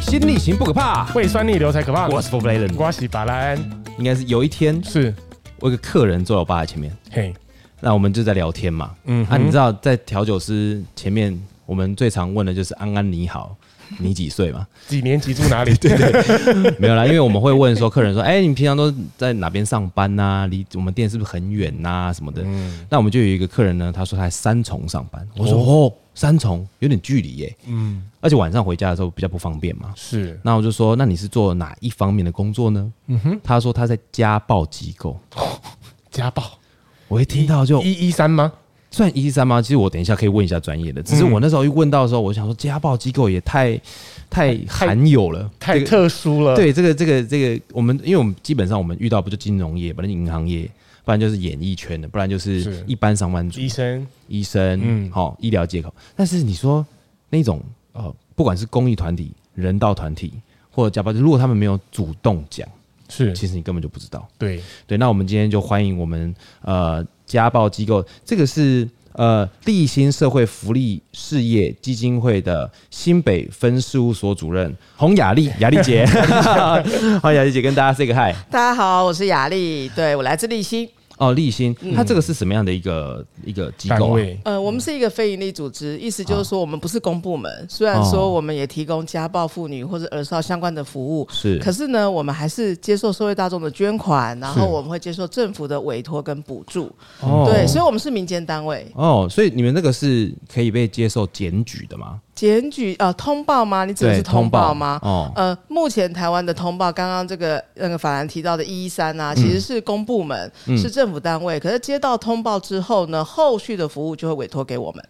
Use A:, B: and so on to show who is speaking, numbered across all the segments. A: 心逆行不可怕。
B: 胃酸逆流才可怕。
A: 我是 For Bladen，
B: 瓜西巴拉安
A: 应该是有一天，
B: 是
A: 我有个客人坐在我爸的前面，
B: 嘿，
A: 那我们就在聊天嘛。
B: 嗯
A: 啊，
B: 哼
A: 你知道在调酒师前面，我们最常问的就是“安安你好， 你几岁”嘛？
B: 几年级住哪里？对对，
A: 没有啦，因为我们会问说客人说：“哎、你平常都在哪边上班呐、离我们店是不是很远呐、什么的。那我们就有一个客人呢，他说他在三重上班。我说：“哦，三重有点距离耶、
B: 嗯，
A: 而且晚上回家的时候比较不方便嘛。”
B: 是
A: 那我就说：“那你是做哪一方面的工作呢？”他说他在家暴机构。
B: 家暴
A: 我一听到就
B: 一一三吗？
A: 算一三吗？其实我等一下可以问一下专业的，只是我那时候一问到的时候，我想说家暴机构也太太罕有了，
B: 太
A: 这个
B: 特殊了。，
A: 对这个这个这个，我们因为我们基本上我们遇到不就金融业，不然就银行业，不然就是演艺圈的，不然就是
B: 是
A: 一般上班族、
B: 医生
A: 医生，嗯，
B: 嗯
A: 好、医疗借口。但是你说那种呃，不管是公益团体、人道团体或者家暴，如果他们没有主动讲，
B: 是
A: 其实你根本就不知道。
B: 对，
A: 对，那我们今天就欢迎我们呃家暴机构，这个是呃立新社会福利事业基金会的新北分事务所主任洪雅丽，雅丽 姐， 好，雅丽姐跟大家 say 个 hi。
C: 大家好，我是雅丽，对我来自立新。
A: 哦，立新，
C: 嗯
A: 它这个是什么样的一个、一个机
B: 单
A: 构啊？
B: 位
C: 呃，我们是一个非营利组织，意思就是说我们不是公部门，虽然说我们也提供家暴妇女或者儿少相关的服务，
A: 是
C: 可是呢，我们还是接受社会大众的捐款，然后
B: 是
C: 我们会接受政府的委托跟补助，
A: 哦
C: 对，所以我们是民间单位。
A: 哦，所以你们那个是可以被接受检举的吗？
C: 检举呃通报吗？你指的
A: 对
C: 是通报吗？
A: 通报哦
C: 呃，目前台湾的通报，刚刚这个那个法兰提到的一一三啊，其实是公部门、是政府单位，可是接到通报之后呢，后续的服务就会委托给我们。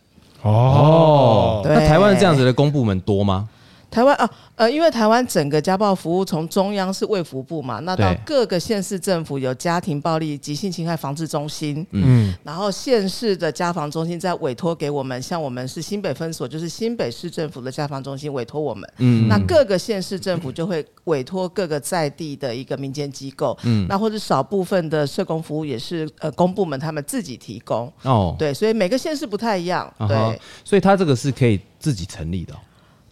B: 哦，
C: 对
A: 那台湾这样子的公部门多吗？
C: 台湾啊，呃，因为台湾整个家暴服务从中央是卫福部嘛，那到
A: 对
C: 各个县市政府有家庭暴力及性侵害防治中心，
B: 嗯，
C: 然后县市的家防中心再委托给我们，像我们是新北分所，就是新北市政府的家防中心委托我们。
A: 嗯
C: 嗯，那各个县市政府就会委托各个在地的一个民间机构。嗯，那或者少部分的社工服务也是呃公部门他们自己提供。
A: 哦，
C: 对，所以每个县市不太一样。
A: 啊
C: 对。
A: 哈，所以它这个是可以自己成立的哦、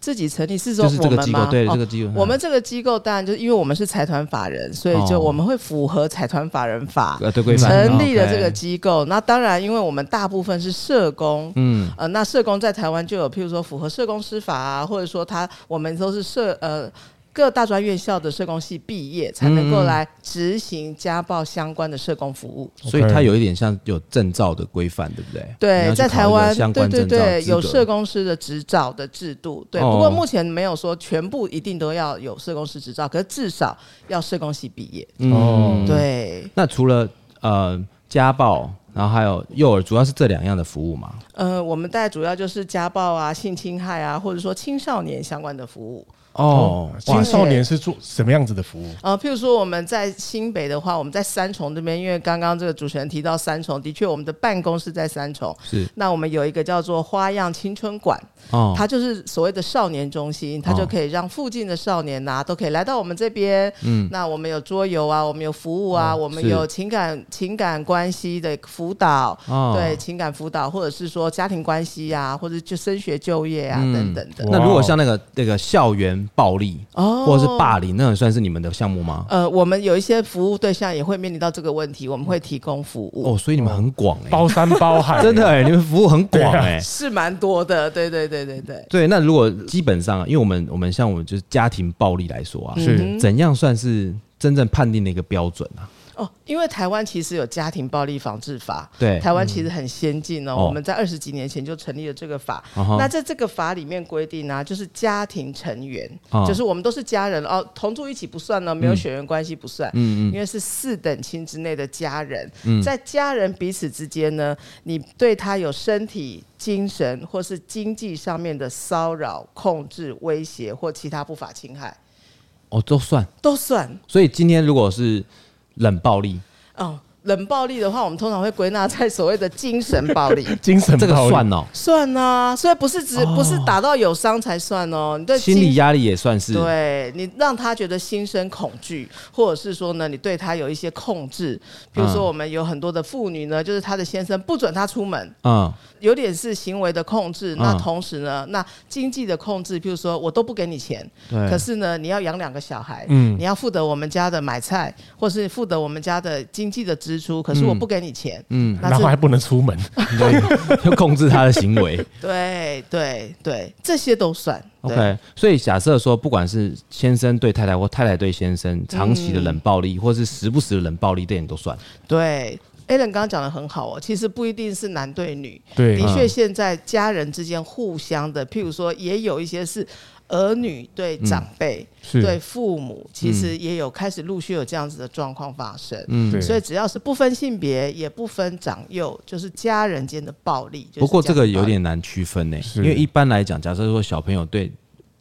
C: 自己成立是说
A: 就是这
C: 我
A: 个
C: 们
A: 机构
C: 吗？
A: 对
C: 哦
A: 这个机构嗯
C: 我们这个机构当然就是因为我们是财团法人，所以
A: 哦
C: 就我们会符合财团法人法
A: 呃，对规范
C: 啊成立了这个
A: OK
C: 机构。那当然，因为我们大部分是社工，
A: 嗯，
C: 呃，那社工在台湾就有，譬如说符合社工师法啊，或者说他我们都是社呃。各大专院校的社工系毕业，才
A: 嗯
C: 能够来执行家暴相关的社工服务。
A: 所以它有一点像有证照的规范，对不对？你要去
C: 对，在
A: 考
C: 台
A: 一个
C: 湾，
A: 相
C: 对
A: 关
C: 对
A: 证照
C: 对，
A: 资
C: 有
A: 格
C: 社工师的执照的制度，对。
A: 哦
C: 不过目前没有说全部一定都要有社工师执照，可是至少要社工系毕业。
B: 哦，
C: 对，
A: 嗯那除了呃家暴，然后还有幼儿，主要是这两样的服务嘛？
C: 呃，我们大概主要就是家暴啊、性侵害啊，或者说青少年相关的服务。
A: 哦，哇
B: 青少年是做什么样子的服务？
C: 呃，譬如说我们在新北的话，我们在三重这边，因为刚刚这个主持人提到三重，的确我们的办公室在三重。
A: 是
C: 那我们有一个叫做花样青春馆，
A: 哦，
C: 它就是所谓的少年中心，它
A: 哦
C: 就可以让附近的少年呐、都可以来到我们这边。嗯，那我们有桌游啊，我们有服务啊，我们
A: 哦是
C: 有情感情感关系的辅导，
A: 哦
C: 对情感辅导，或者是说家庭关系啊，或者就升学就业啊、
A: 嗯
C: 等等的。
A: 那如果像那个那个校园暴力
C: 哦
A: 或者是霸凌，那种算是你们的项目吗？
C: 呃，我们有一些服务对象也会面临到这个问题，我们会提供服务，
A: 哦，所以你们很广哎，
B: 包山包海，
A: 真的哎，你们服务很广哎。
C: 是蛮多的。对对对对对。
A: 对，那如果基本上啊，因为我们我们像我们就是家庭暴力来说啊，
C: 嗯
B: 是
A: 怎样算是真正判定的一个标准啊？
C: 哦，因为台湾其实有家庭暴力防治法，
A: 对
C: 台湾其实很先进哦，
A: 哦
C: 我们在二十几年前就成立了这个法。
A: 啊哈
C: 那在这个法里面规定呢、啊就是家庭成员，
A: 啊
C: 就是我们都是家人哦，同住一起不算呢，没有血缘关系不算，
A: 嗯
C: 因为是四等亲之内的家人，在家人彼此之间呢，你对他有身体。精神或是经济上面的骚扰、控制、威胁或其他不法侵害，
A: 哦，都算。
C: 都算
A: 所以今天如果是冷暴力，
C: 哦，冷暴力的话，我们通常会归纳在所谓的精神暴 力。
B: 精神
A: 这个
B: 暴力
A: 算哦，
C: 算啊，所以不是只、不是打到有伤才算哦，你对
A: 哦心
C: 精
A: 理压力也算是。
C: 对你让他觉得心生恐惧，或者是说呢，你对他有一些控制。比如
A: 嗯
C: 说，我们有很多的妇女呢，就是她的先生不准她出门，
A: 嗯，
C: 有点是行为的控制。那
A: 嗯
C: 同时呢，那经济的控制，譬如说我都不给你钱，
A: 对。
C: 可是呢，你要养两个小孩，
B: 嗯
C: 你要负责我们家的买菜，或是负责我们家的经济的支出，可是我不给你钱。
A: 嗯，
C: 那
B: 然
C: 这
B: 后还不能出门，
A: 对，要控制他的行 为。
C: 对对对，这些都算。对
A: OK，所以假设说，不管是先生对太太或太太对先生，长期的冷暴力，或是时不时的冷暴力，这点都算。
C: 对 a l a n 刚刚讲的很好哦，其实不一定是男对女，
B: 对
C: 的
A: 嗯
C: 确现在家人之间互相的，譬如说也有一些是儿女对长辈、
B: 是
C: 对父母，其实也有开始陆续有这样子的状况发生。
A: 嗯，
B: 对
C: 所以只要是不分性别，也不分长幼，就是家人间的暴力。就是
A: 不过这
C: 样
A: 个
C: 的暴
A: 有
C: 力
A: 点难区分呢、
B: 是
A: 因为一般来讲，假设说小朋友对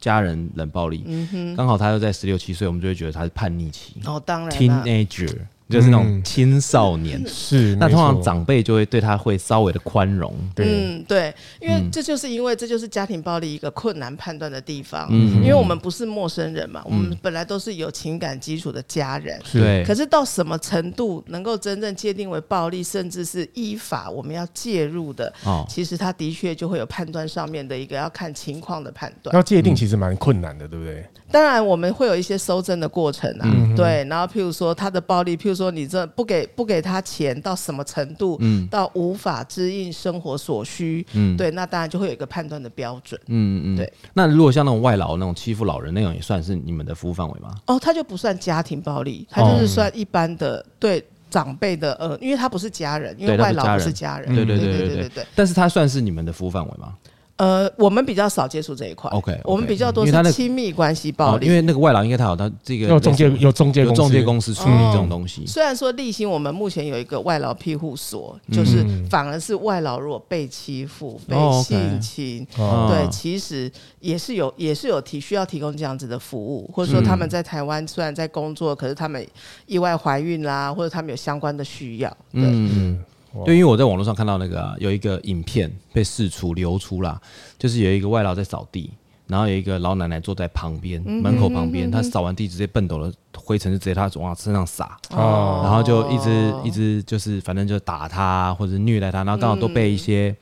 A: 家人冷暴力，
C: 嗯
A: 刚好他又在十六七岁，我们就会觉得他是叛逆期、
C: 哦，当然
A: t e e
C: 啦
A: n a g e r 就是那种
B: 嗯
A: 青少年。
B: 是
A: 那
B: 没
A: 通常
B: 错
A: 长辈就会对他会稍微的宽容。
B: 对
C: 嗯，对，因为这就是因为这就是家庭暴力一个困难判断的地方，
A: 嗯
B: 嗯
C: 因为我们不是陌生人嘛，我们本来都是有情感基础的家人，
B: 是
A: 对，
C: 可是到什么程度能够真正界定为暴力，甚至是依法我们要介入的，
A: 哦
C: 其实他的确就会有判断上面的一个要看情况的判断。
B: 要界
A: 嗯
B: 定其实蛮困难的，对不对？
C: 当然，我们会有一些搜证的过程啊，
A: 嗯
C: 对。然后，譬如说他的暴力，譬如说你这不给不给他钱到什么程度，
A: 嗯
C: 到无法支应生活所需，对，那当然就会有一个判断的标准。
A: 嗯嗯，
C: 对。
A: 那如果像那种外劳那种欺负老人那种，也算是你们的服务范围吗？
C: 哦，他就不算家庭暴力，他就是
A: 哦
C: 算一般的、对长辈的呃，因为他不是家人，因为
A: 对他不是
C: 外劳不
A: 家人
C: 是家人，
A: 对对
C: 对
A: 对
C: 对
A: 对
C: 对。
A: 但是它算是你们的服务范围吗？
C: 呃，我们比较少接触这一块
A: OK，OK
C: 我们比较多
A: 因为他那
C: 是
A: 个
C: 亲密关系暴
A: 哦
C: 力，
A: 因为那个外劳应该他有他这个
B: 要中介
A: 类似
B: 有中介
A: 有
B: 公司
A: 中介公司处理
C: 哦
A: 这种东西。
C: 虽然说立新我们目前有一个外劳庇护所，就是反而是外劳如果被欺负、被
A: 嗯哦，OK
C: 性侵，
A: 哦
C: 对，其实也是有也是有提需要提供这样子的服务，或者说他
A: 嗯
C: 们在台湾虽然在工作，可是他们意外怀孕啦，或者他们有相关的需要，对，
A: 嗯，对，因为我在网络上看到那个啊、有一个影片被释出流出啦，就是有一个外劳在扫地，然后有一个老奶奶坐在旁边、门口旁边，她扫完地直接笨斗了灰尘就直接她往她身上撒，
B: 哦
A: 然后就一直一直就是反正就打她啊或者虐待她，然后刚好都被一些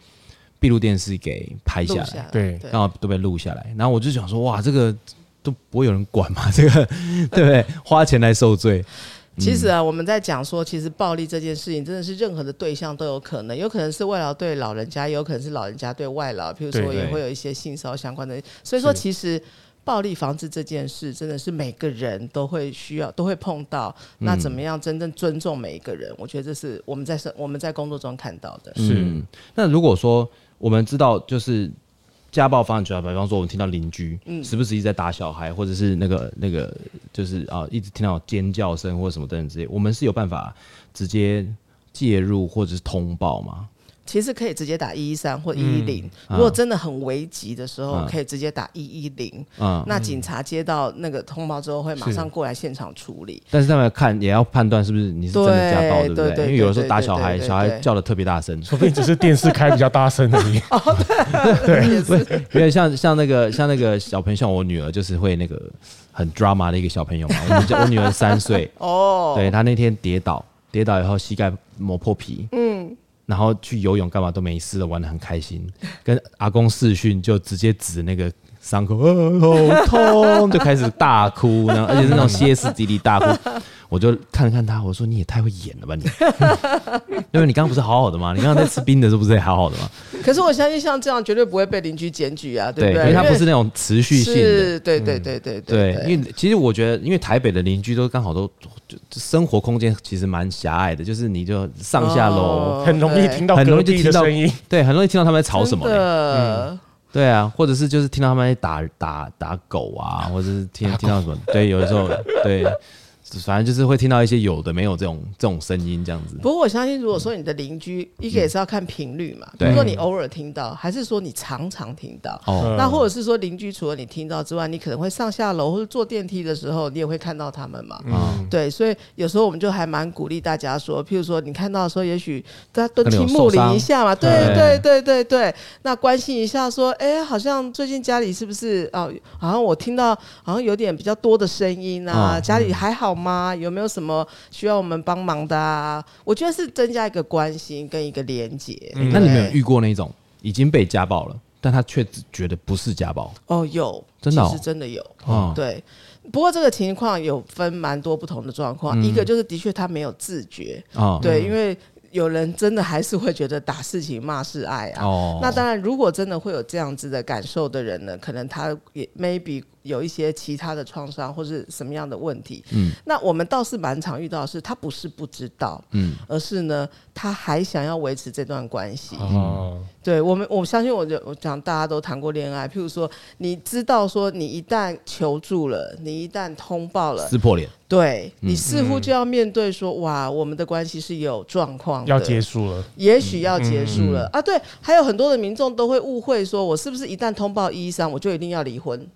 A: 闭路电视给拍下
C: 录
A: 来
C: 下，来，
B: 对
A: 刚好都被录下来，然后我就想说哇，这个都不会有人管嘛， 这个对不对？花钱来受罪，
C: 其实
B: 嗯
C: 啊，我们在讲说，其实暴力这件事情，真的是任何的对象都有可能，有可能是外劳对老人家，也有可能是老人家对外劳，譬如说
B: 对对
C: 也会有一些性骚扰相关的。所以说，其实暴力防治这件事，真的是每个人都会需要，都会碰到。那怎
B: 嗯
C: 么样真正尊重每一个人？我觉得这是我们在生我们在工作中看到的。
B: 是
A: 嗯，那如果说我们知道就是家暴方案主要，比方说我们听到邻居，
C: 嗯
A: 时不时一直在打小孩，或者是那个那个就是啊，一直听到尖叫声或什么等等之类，我们是有办法直接介入或者是通报吗？
C: 其实可以直接打一一三
B: 嗯
C: 或一一零，如果真的很危急的时候，可以直接打一一零。
B: 嗯
A: 啊、
C: 那警察接到那个通报之后，会马上过来现场处理。
A: 但是他们看也要判断是不是你是真的家暴，对不
C: 对对对
A: 因为有的时候打小
C: 对
A: 孩，
C: 对对对
A: 小孩叫的特别大声，
B: 说不定只是电视开比较大声而已。
A: 因为像像那个像那个小朋友，像我女儿就是会那个很 drama 的一个小朋友 嘛。我们家我女儿三岁哦，对她那天跌倒，跌倒以后膝盖磨破皮，嗯，然后去游泳干嘛都没事了，玩的很开心。跟阿公视讯就直接指那个伤口， 呃，好痛，就开始大哭，然后而且是那种歇斯底里大 哭。我就看了看她，我说你也太会演了吧你，因为你刚 刚不是好好的吗？你刚刚在吃冰的时候不是也好好的吗？
C: 可是我相信像这样绝对不会被邻居检举啊，
A: 对，
C: 不
A: 因
C: 对？
A: 为它不是那种持续性的。
C: 是，对对对对
A: 对，
C: 对。
A: 因为其实我觉得，因为台北的邻居都刚好都就就生活空间其实蛮狭隘的，就是你就上下楼，
C: 哦
B: 很容易听到
A: 很容
B: 隔
A: 易就
B: 壁
A: 听
B: 的
A: 到
B: 声音，
A: 对，很容易听到他们在吵什
C: 真
A: 么、嘞
C: 的，
A: 对啊，或者是就是听到他们在打打打狗啊，或者是听听到什么，对，有的时候对，反正就是会听到一些有的没有这种这种声音这样子。
C: 不过我相信，如果说你的邻居，一个也是要看频率嘛，比
A: 对
C: 如说你偶尔听到，还是说你常常听到。
A: 哦，
B: 嗯
C: 那或者是说，邻居除了你听到之外，你可能会上下楼或者坐电梯的时候，你也会看到他们嘛。
A: 嗯
C: 对，所以有时候我们就还蛮鼓励大家说，譬如说你看到的时候，也许大家蹲
A: 可能有
C: 听
A: 受
C: 木林
A: 伤
C: 一下嘛，对
A: 对
C: 对对对对，那关心一下说，哎、好像最近家里是不是哦，好像我听到好像有点比较多的声音啊，
A: 哦嗯
C: 家里还好吗？有没有什么需要我们帮忙的啊？我觉得是增加一个关心跟一个连接。
A: 嗯那你们有
C: 对
A: 遇过那种已经被家暴了，但他却只觉得不是家暴？
C: 哦，有，
A: 真的哦
C: 其实真的有，
A: 哦
C: 对。不过这个情况有分蛮多不同的状况，
A: 嗯
C: 一个就是的确他没有自觉，
A: 啊，
C: 对，因为有人真的还是会觉得打是情骂是爱啊。
A: 哦，
C: 那当然，如果真的会有这样子的感受的人呢，可能他也 maybe 有一些其他的创伤或是什么样的问题。
A: 嗯
C: 那我们倒是蛮常遇到的是，他不是不知道，
A: 嗯
C: 而是呢，他还想要维持这段关系。
B: 哦，
C: 对我们，我相信我就我讲，大家都谈过恋爱。譬如说，你知道说，你一旦求助了，你一旦通报了，
A: 撕破脸，
C: 对
B: 嗯
C: 你似乎就要面对说，哇，我们的关系是有状况的，
B: 要结嗯束了，
C: 也许要结束了、啊。对，还有很多的民众都会误会说，我是不是一旦通报一三，我就一定要离婚？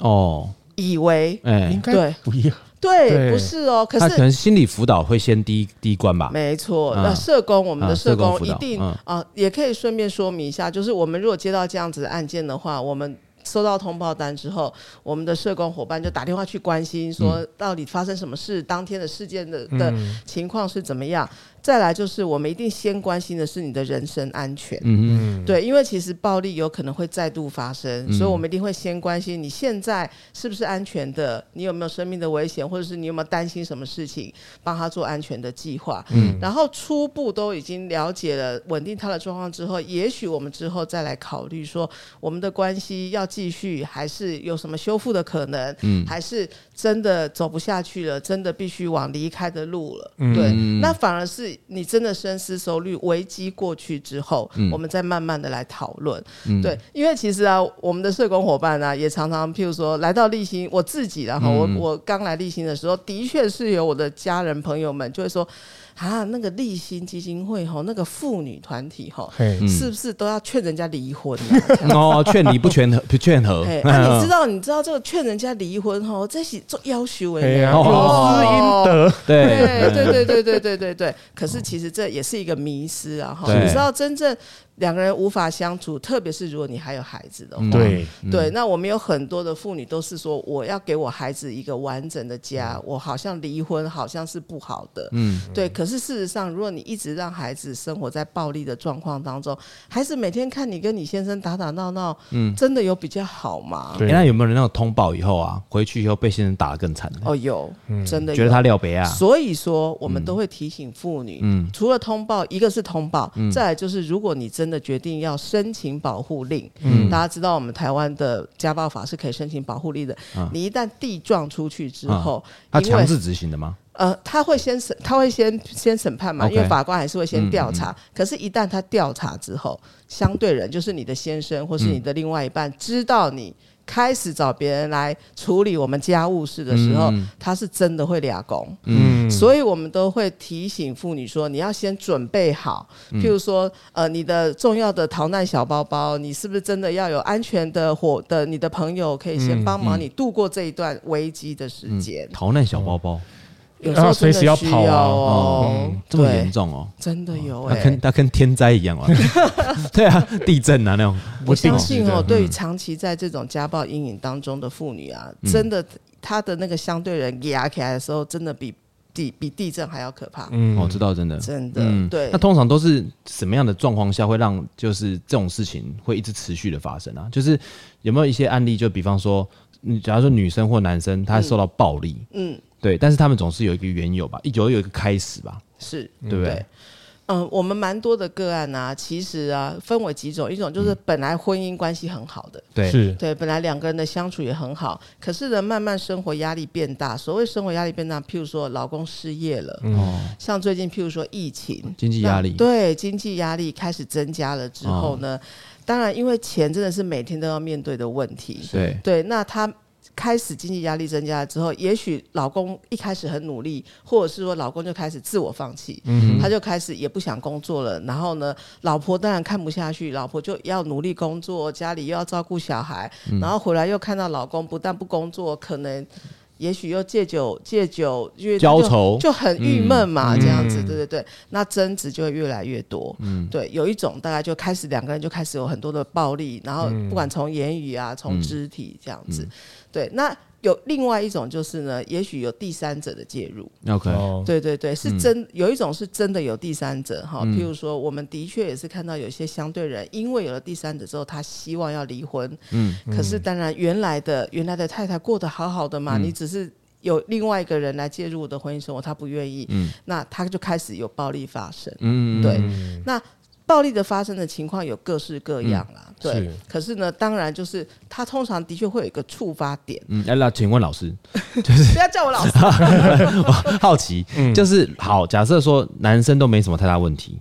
A: 哦，
C: 以为
A: 哎
B: 应，该
C: 对
B: 不一样。
C: 对，
B: 对
C: 不是哦。可
A: 他可
C: 是
A: 能心理辅导会先第一第一关吧？
C: 没错，
A: 嗯
C: 那社工，我们
A: 啊
C: 的社
A: 社工
C: 工
A: 辅
C: 一
A: 导
C: 定
A: 嗯
C: 啊、也可以顺便说明一下，就是我们如果接到这样子的案件的话，我们。收到通报单之后，我们的社工伙伴就打电话去关心，说
A: 嗯
C: 到底发生什么事，当天的事件的的情况是怎么样。再来就是，我们一定先关心的是你的人身安全。
A: 嗯
B: 嗯，
C: 对，因为其实暴力有可能会再度发生，所以我们一定会先关心你现在是不是安全的，你有没有生命的危险，或者是你有没有担心什么事情，帮他做安全的计划。嗯，然后初步都已经了解了稳定他的状况之后，也许我们之后再来考虑说我们的关系要继续，还是有什么修复的可能，
A: 嗯
C: 还是真的走不下去了，真的必须往离开的路了。
B: 嗯
C: 对，
A: 嗯
C: 那反而是你真的深思熟虑，危机过去之后，
A: 嗯
C: 我们再慢慢的来讨论。
A: 嗯，
C: 对，因为其实啊，我们的社工伙伴啊，也常常譬如说来到立新，我自己然后、
A: 嗯
C: 我我刚来立新的时候，的确是有我的家人朋友们就会说啊，那个立新基金会吼，那个妇女团体吼，
B: 嘿，
A: 嗯
C: 是不是都要劝人家离婚、啊？ 这样
A: 哦，劝离不 劝和，不劝和 嗯
C: 哎、，啊，你知道，你知道这个劝人家离婚吼，这是做要求
B: 哎
C: 哎、
B: 呀，
A: 哦
B: 有失应得，
A: 对嗯
C: 对对对对对对对对。可是其实这也是一个迷失啊，哈！
A: 对
C: 你知道，真正两个人无法相处，特别是如果你还有孩子的话，
A: 嗯
B: 对，
C: 对，那我们有很多的妇女都是说，我要给我孩子一个完整的家，我好像离婚好像是不好的。
A: 嗯，
C: 对，可是事实上，如果你一直让孩子生活在暴力的状况当中，孩子每天看你跟你先生打打闹闹，
A: 嗯
C: 真的有比较好吗？
A: 哎
B: 对
A: 那有没有人那种通报以后啊，回去以后被先生打得更惨的？
C: 哦，有，真的有
A: 觉得他廖北啊，
C: 所以说，我们都会提醒妇女，
A: 嗯
C: 除了通报，一个是通报，再来就是如果你真的决定要申请保护令，
A: 嗯
C: 大家知道我们台湾的家暴法是可以申请保护令的，
A: 啊
C: 你一旦地状出去之后，
A: 他
C: 因
A: 强
C: 为
A: 制执行的吗？
C: 呃，他会先审，他会先先审判嘛
A: OK
C: 因为法官还是会
A: 嗯
C: 先调查。可是，一旦他调查之后，相对人就是你的先生或是
A: 嗯
C: 你的另外一半，知道你开始找别人来处理我们家务事的时候，
A: 嗯
C: 他是真的会俩工。
B: 嗯，
C: 所以我们都会提醒妇女说，你要先准备好，
A: 嗯
C: 譬如说，呃，你的重要的逃难小包包，你是不是真的要有安全的伙的你的朋友可以
A: 嗯
C: 先帮忙你度过这一段危机的时间？
A: 逃难小包包
C: 有时候真的需
B: 啊随时要跑啊
C: 哦，
A: 这么
C: 对
A: 严重哦，
C: 真的有
A: 他
C: 哎、
A: 跟他跟天灾一 样啊，对啊，地震啊那种，
C: 我
B: 不定
C: 相
B: 时
C: 信
B: 的
C: 哦，对于长期在这种家暴阴影当中的妇女啊，真的她的那个相对人压起来的时候，真的比地比地震还要可怕，
B: 嗯
A: 我哦知道真的。
C: 真的、对
A: 嗯那。通常都是什么样的状况下会让就是这种事情会一直持续的发生啊？就是有没有一些案例，就比方说，嗯假如说女生或男生他受到暴力，
C: 嗯，
A: 对，但是他们总是有一个缘由吧，一有有一个开始吧，
C: 是
A: 对不对？
C: 嗯，我们蛮多的个案啊，其实啊，分为几种，一种就是本来婚姻关系很好的，
A: 对，
B: 是，
C: 对，本来两个人的相处也很好，可是呢，慢慢生活压力变大。所谓生活压力变大，譬如说老公失业了，
A: 哦，
C: 像最近譬如说疫情，
A: 经济压力哦
C: 那对经济压力开始增加了之后呢，当然因为钱真的是每天都要面对的问题，
A: 对，
C: 对，那他。开始经济压力增加了之后，也许老公一开始很努力，或者是说老公就开始自我放弃，
A: 嗯
C: 他就开始也不想工作了。然后呢，老婆当然看不下去，老婆就要努力工作，家里又要照顾小孩，
A: 嗯
C: 然后回来又看到老公不但不工作，可能。也许又借酒借酒，因为他
A: 浇
C: 就
A: 愁
C: 就很郁闷嘛，
B: 嗯
C: 这样子，
B: 嗯
C: 对对对，那争执就会越来越多。
A: 嗯
C: 对，有一种大概就开始两个人就开始有很多的暴力，然后
A: 嗯
C: 不管从言语啊，从肢体这样子。对，那有另外一种就是呢，也许有第三者的介入。
A: ，OK，
B: 哦，
C: 对对对，是真、
A: 嗯
C: 有一种是真的有第三者哈，譬如说，我们的确也是看到有些相对人，因为有了第三者之后，他希望要离婚，
A: 嗯
C: 可是当然原来的原来的太太过得好好的嘛，
A: 嗯
C: 你只是。有另外一个人来介入我的婚姻生活，他不愿意，
A: 嗯
C: 那他就开始有暴力发生。
A: 嗯，
C: 对
B: 嗯
C: 那暴力的发生的情况有各式各样啦，对。
B: 嗯是
C: 可是呢，当然就是他通常的确会有一个触发 点，
A: 嗯，哎，那请问老师，
C: 不要叫我老师，
A: 好奇，就是好，假设说男生都没什么太大问题，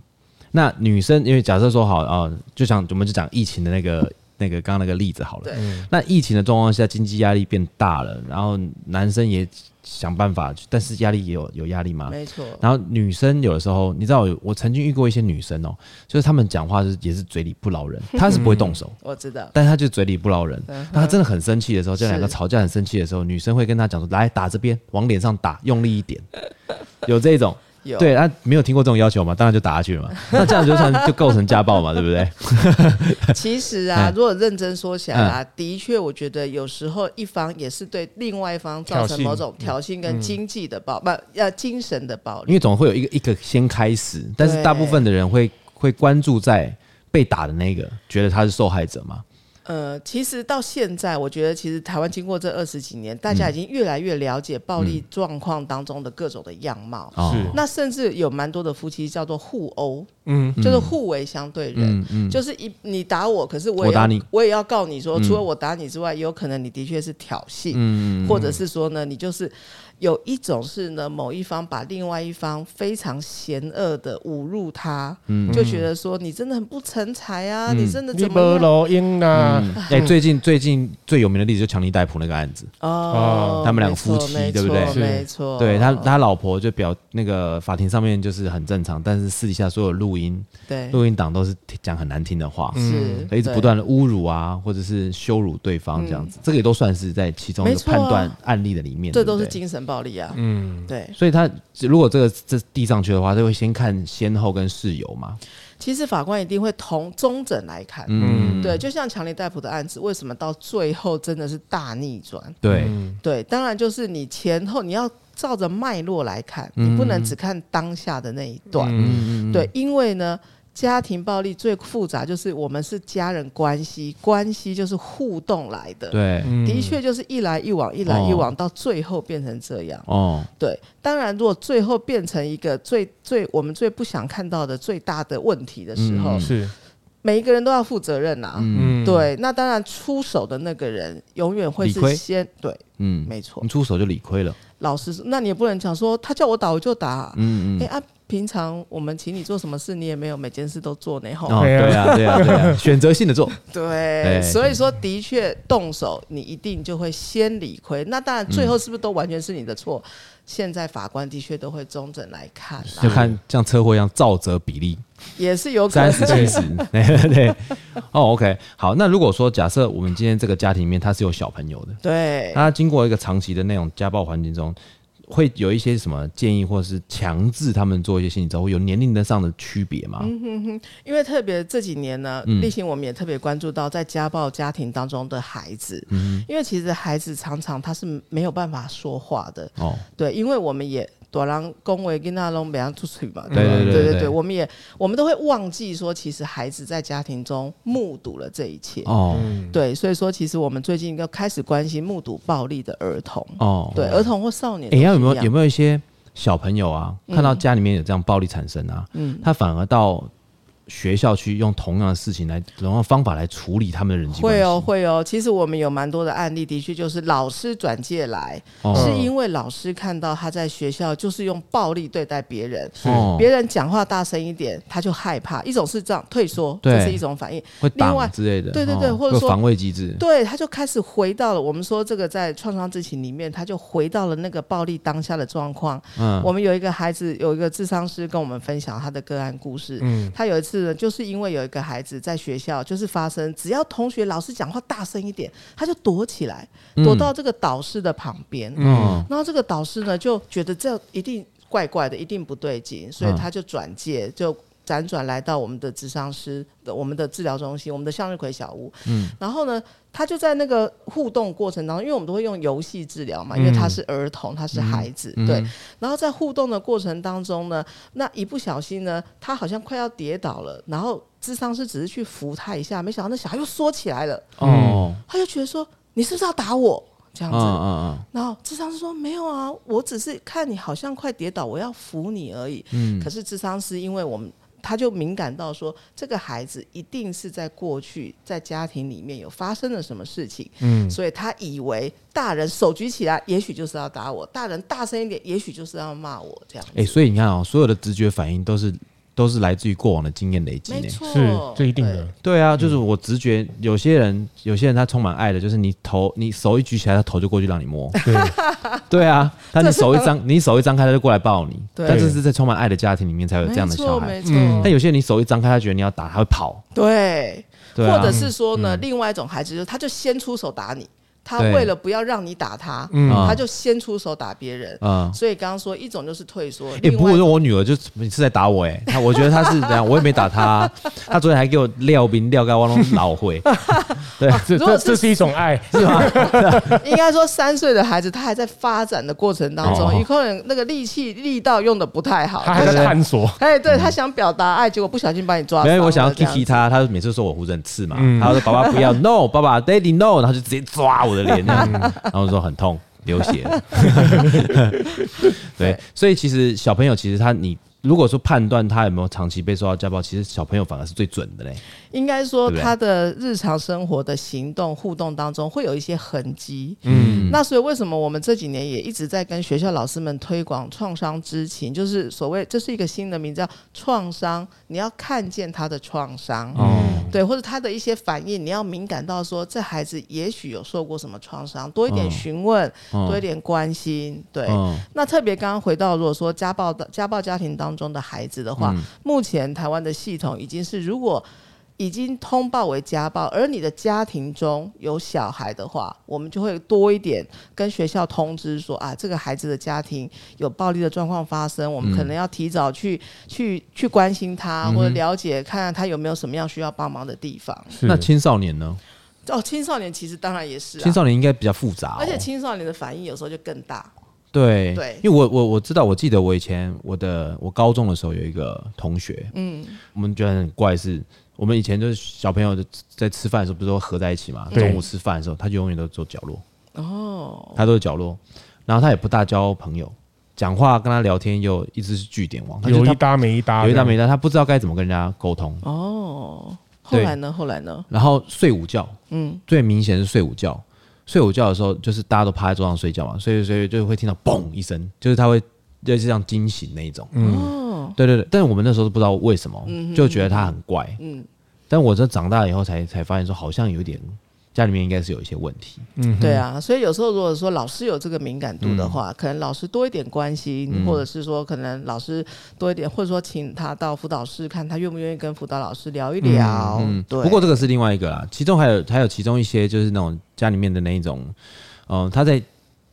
A: 那女生因为假设说好啊、呃就像我们就讲疫情的那个那个刚刚那个例子好了
C: 对，
A: 那疫情的状况下，经济压力变大了，然后男生也想办法，但是压力也有有压力
B: 啊
A: 吗？
C: 没错，
A: 然后女生有的时候，你知道我我曾经遇过一些女生哦，就是她们讲话就是也是嘴里不饶人，她是不会动手，
C: 我知道，
A: 但是她就嘴里不饶人。
C: 嗯哼
A: 那她真的很生气的时候，这两个
C: 是
A: 吵架很生气的时候，女生会跟她讲说：“来打这边，往脸上打，用力一 点。”有这种，
C: 有
A: 对啊，没有听过这种要求嘛，当然就 打下去了嘛。那这样就算就构成家暴嘛，对不 对？
C: 其实啊
A: 嗯，
C: 如果认真说起来啊，
B: 嗯
C: 的确，我觉得有时候一方也是对另外一方造
B: 挑
C: 成
B: 衅嗯
C: 某种挑衅跟经济的暴，不呃精神的暴
A: 因
C: 力。
A: 为总会有一个一个先开始，但是
C: 对
A: 大部分的人会会关注在被打的那个，觉得他是受害者嘛。
C: 呃，其实到现在，我觉得其实台湾经过这二十几年，大
B: 嗯
C: 家已经越来越了解暴力状况当中的各种的样貌。
A: 哦
B: 是
C: 那甚至有蛮多的夫妻叫做互殴，
B: 嗯，
C: 就是互为相对人，
A: 嗯
C: 就是一你打我，可是我也
A: 我打
C: 要
A: 你嗯
C: 也要告你说，除了我打你之外，有可能你的确是挑衅，
A: 嗯
C: 或者是说呢，你就是有一种是呢，某一方把另外一方非常嫌恶的侮辱他，
A: 嗯
C: 就觉得说你真的很不成才啊，你真的
B: 你
C: 怎么
B: 没
C: 样
B: 录音啦，
A: 嗯，哎、最近最近最有名的例子就强尼戴普那个案子，
C: 哦
B: 啊，
A: 他们两个
C: 没错
A: 夫妻
C: 没
A: 对不对
C: 错
B: 是
C: 没错，
A: 对他他老婆就表那个法庭上面就是很正常，但是私底下所有录音
C: 对
A: 录音档都是讲很难听的话，
C: 哎是
A: 嗯一直
C: 对嗯
A: 不断的侮辱啊，或者是羞辱对方这样子，这个也都算是在其中一
C: 没
A: 个
C: 错啊
A: 判断案例的里面，
C: 这
A: 对
C: 都
A: 不
C: 是
A: 对
C: 精神暴力啊，
B: 嗯，
C: 对。
A: 所以他如果这个这递上去的话，他会先看先后跟事由嘛。
C: 其实法官一定会同中整来看，
A: 嗯，
C: 对，就像强尼戴普的案子，为什么到最后真的是大逆转？
A: 对，
C: 对，当然就是你前后你要照着脉络来看，你不能只看当下的那一段。
A: 嗯
C: 对，因为呢，家庭暴力最复杂就是我们是家人关系，关系就是互动来的。
A: 对，
B: 嗯
C: 的，确就是一来一往，一来一
A: 哦
C: 往，到最后变成这样。
A: 哦，
C: 对，当然，如果最后变成一个最最我们最不想看到的最大的问题的时候，
A: 嗯
B: 是，
C: 每一个人都要负责任啦、
A: 嗯，
C: 对，那当然出手的那个人永远会
A: 理亏
C: 是先对，
A: 嗯，
C: 没错
A: 你。出手就理亏了。
C: 老实说，那你也不能讲说他叫我打我就打、啊，
A: 嗯
C: 哎、
A: 嗯，
C: 啊，平常我们请你做什么事，你也没有每件事都做呢，吼、
A: 哦，对啊，对啊，对啊，选择性的做。
C: 对，
A: 对
C: 所以说的确动手，你一定就会先理亏。那当然，
A: 嗯
C: 最后是不是都完全是你的错？现在法官的确都会中整来看
A: 就
C: 啦，
A: 看像车祸一样，造责比例
C: 也是 有可
A: 三十
C: 能。
A: 七十，对对。哦，OK，好，那如果说假设我们今天这个家庭里面他是有小朋友的，
C: 对，
A: 他经过一个长期的那种家暴环境中，会有一些什么建议，或者是强制他们做一些心理照顾，有年龄的上的区别吗？
C: 嗯因为特别这几年呢，
A: 嗯
C: 例行我们也特别关注到在家暴家庭当中的孩子，
A: 嗯
C: 因为其实孩子常常他是没有办法说话的，
A: 哦，
C: 对，因为我们也多人恭维跟那龙别人出去嘛，
A: 对
C: 吧
A: 对对
C: 对
A: 对
C: 我们也我们都会忘记说，其实孩子在家庭中目睹了这一切，
A: 哦，
C: 对，所以说其实我们最近要开始关心目睹暴力的儿童，
A: 哦，
C: 对，儿童或少年都
A: 哎、
C: 是一
A: 那
C: 样，嗯
A: 有没有有没有一些小朋友啊，看到家里面有这样暴力产生啊，他反而到学校去用同样的事情来同样的方法来处理他们的人际关系？
C: 会哦，会哦。其实我们有蛮多的案例，的确就是老师转介来，
A: 哦，
C: 是因为老师看到他在学校就是用暴力对待别人，
A: 哦
C: 别人讲话大声一点，他就害怕。一种是这样退缩，
A: 对
C: 这是一种反应。
A: 会
C: 另外
A: 挡之类的，
C: 对对对
A: 哦
C: 或者
A: 会
C: 说
A: 防卫机制，
C: 对，他就开始回到了我们说这个在创伤知情里面，他就回到了那个暴力当下的状况。
A: 嗯，
C: 我们有一个孩子，有一个智商师跟我们分享他的个案故事。
B: 嗯
C: 他有一次呢，就是因为有一个孩子在学校就是发生，只要同学老师讲话大声一点，他就躲起来，躲到这个导师的旁边。
A: 嗯
C: 然后这个导师呢就觉得这一定怪怪的，一定不对劲，所以他就转介就。辗转来到我们的智商师、我们的治疗中心、我们的向日葵小屋，嗯，然后呢，他就在那个互动过程当中，因为我们都会用游戏治疗嘛，因为他是儿童，他是孩子，对。然后在互动的过程当中呢，那一不小心呢，他好像快要跌倒了，然后智商师只是去扶他一下，没想到那小孩又缩起来了，
A: 哦，
C: 他就觉得说：“你是不是要打我？”这样
A: 嗯
C: 子，
A: 嗯
C: 然后智商师说没有啊，我只是看你好像快跌倒，我要扶你而已。
A: 嗯
C: 可是智商师因为我们。他就敏感到说，这个孩子一定是在过去在家庭里面有发生了什么事情，
B: 嗯
C: 所以他以为大人手举起来，也许就是要打我；大人大声一点，也许就是要骂我这样子。
A: 嗯，哎，所以你看啊，所有的直觉反应都是都是来自于过往的经验累积
C: 没
A: 呢。
C: 错，
B: 是这一定的，
A: 对啊，就是我直觉，有些人有些人他充满爱的，就是你头你手一举起来，他头就过去让你摸。
B: 对，
A: 对啊，但你手一张你手一张开，他就过来抱你。
C: 对
A: 但这是在充满爱的家庭里面才
C: 对，
A: 有这样的
C: 没错
A: 小孩。哎
C: 没错，
B: 嗯
A: 但有些人你手一张开，他觉得你要打，他会跑。
C: 对，
A: 对啊
C: 或者，是说呢，另外一种孩子就是他就先出手打你，他
A: 对
C: 为了不要让你打他，
B: 嗯
A: 啊
C: 他就先出手打别人。
A: 嗯。
C: 所以刚刚说一种就是退缩，
A: 哎、
C: 另
A: 不
C: 外
A: 过我女儿就每次在打我、哎，她我觉得她是怎 样，我也没打她、啊，她昨天还给我撂冰撂盖，我弄老会，
B: 这
C: 如果
B: 这
C: 是
B: 这是一种爱，
C: 应该说三岁的孩子他还在发展的过程当
A: 哦
C: 中，有可能那个力气力道用的不太好，
B: 他
C: 他
B: 还在
C: 想
B: 探索，
C: 哎，对他想表达爱，结果不小心把你抓
A: 没
C: 伤
A: 有，
C: 了。
A: 我想要
C: 这样
A: kick 她，她每次说我胡子很刺嘛，
B: 嗯
A: 她说爸爸不 要 no，爸爸 daddy no，然后就直接抓我的脸，这样然后说很痛，流 血了。对
C: 对，
A: 所以其实小朋友其实他你。如果说判断他有没有长期被受到家暴，其实小朋友反而是最准的嘞。
C: 应该说
A: 对不对
C: 他的日常生活的行动互动当中会有一些痕迹。嗯，那所以为什么我们这几年也一直在跟学校老师们推广创伤知情，就是所谓这是一个新的名字叫创伤，你要看见他的创伤。
A: 哦，
C: 对，或者他的一些反应，你要敏感到说，这孩子也许有受过什么创伤，多一点
A: 嗯
C: 询问，
A: 嗯
C: 多一点关心。对，
A: 嗯
C: 那特别刚刚回到，如果说家暴的家暴家庭当中的孩子的话，
A: 嗯
C: 目前台湾的系统已经是如果。已经通报为家暴，而你的家庭中有小孩的话，我们就会多一点跟学校通知说啊，这个孩子的家庭有暴力的状况发生，我
A: 嗯
C: 们可能要提早去、去去关心他，或者了解看看他有没有什么样需要帮忙的地方。
A: 那青少年呢？
C: 哦，青少年其实当然也是、啊，
A: 青少年应该比较复杂、哦，
C: 而且青少年的反应有时候就更大。
A: 对，
C: 对
A: 因为我我我知道，我记得我以前我的我高中的时候有一个同学，嗯，我们觉得很怪是，我们以前就是小朋友就在吃饭的时候，不是都合在一起嘛？
B: 对
A: 中午吃饭的时候，他就永远都坐角落，
C: 哦，
A: 他都是角落，然后他也不大交朋友，讲话跟他聊天又一直是据点王，他就
B: 有
A: 他
B: 一搭没一搭，
A: 有一搭没一搭，他不知道该怎么跟人家沟通，
C: 哦，后
A: 对
C: 来呢？后来呢？
A: 然后睡午觉，
C: 嗯，
A: 最明显是睡午觉。睡午觉的时候，就是大家都趴在桌上睡觉嘛，所以所以就会听到嘣一声，就是他会就是这样惊醒那一种。
C: 哦，
A: 对对对，但是我们那时候都不知道为什么，就觉得他很怪。
C: 嗯
A: 但我这长大以后才才发现说，好像有点家里面应该是有一些问题。
C: 对啊，所以有时候如果说老师有这个敏感度的
A: 嗯
C: 话，可能老师多一点关心，或者是说可能老师多一点，或者说请他到辅导室看他愿不愿意跟辅导老师聊一聊。哦对，
A: 嗯不过这个是另外一个啦，其中还有还有其中一些就是那种家里面的那一种，嗯、他在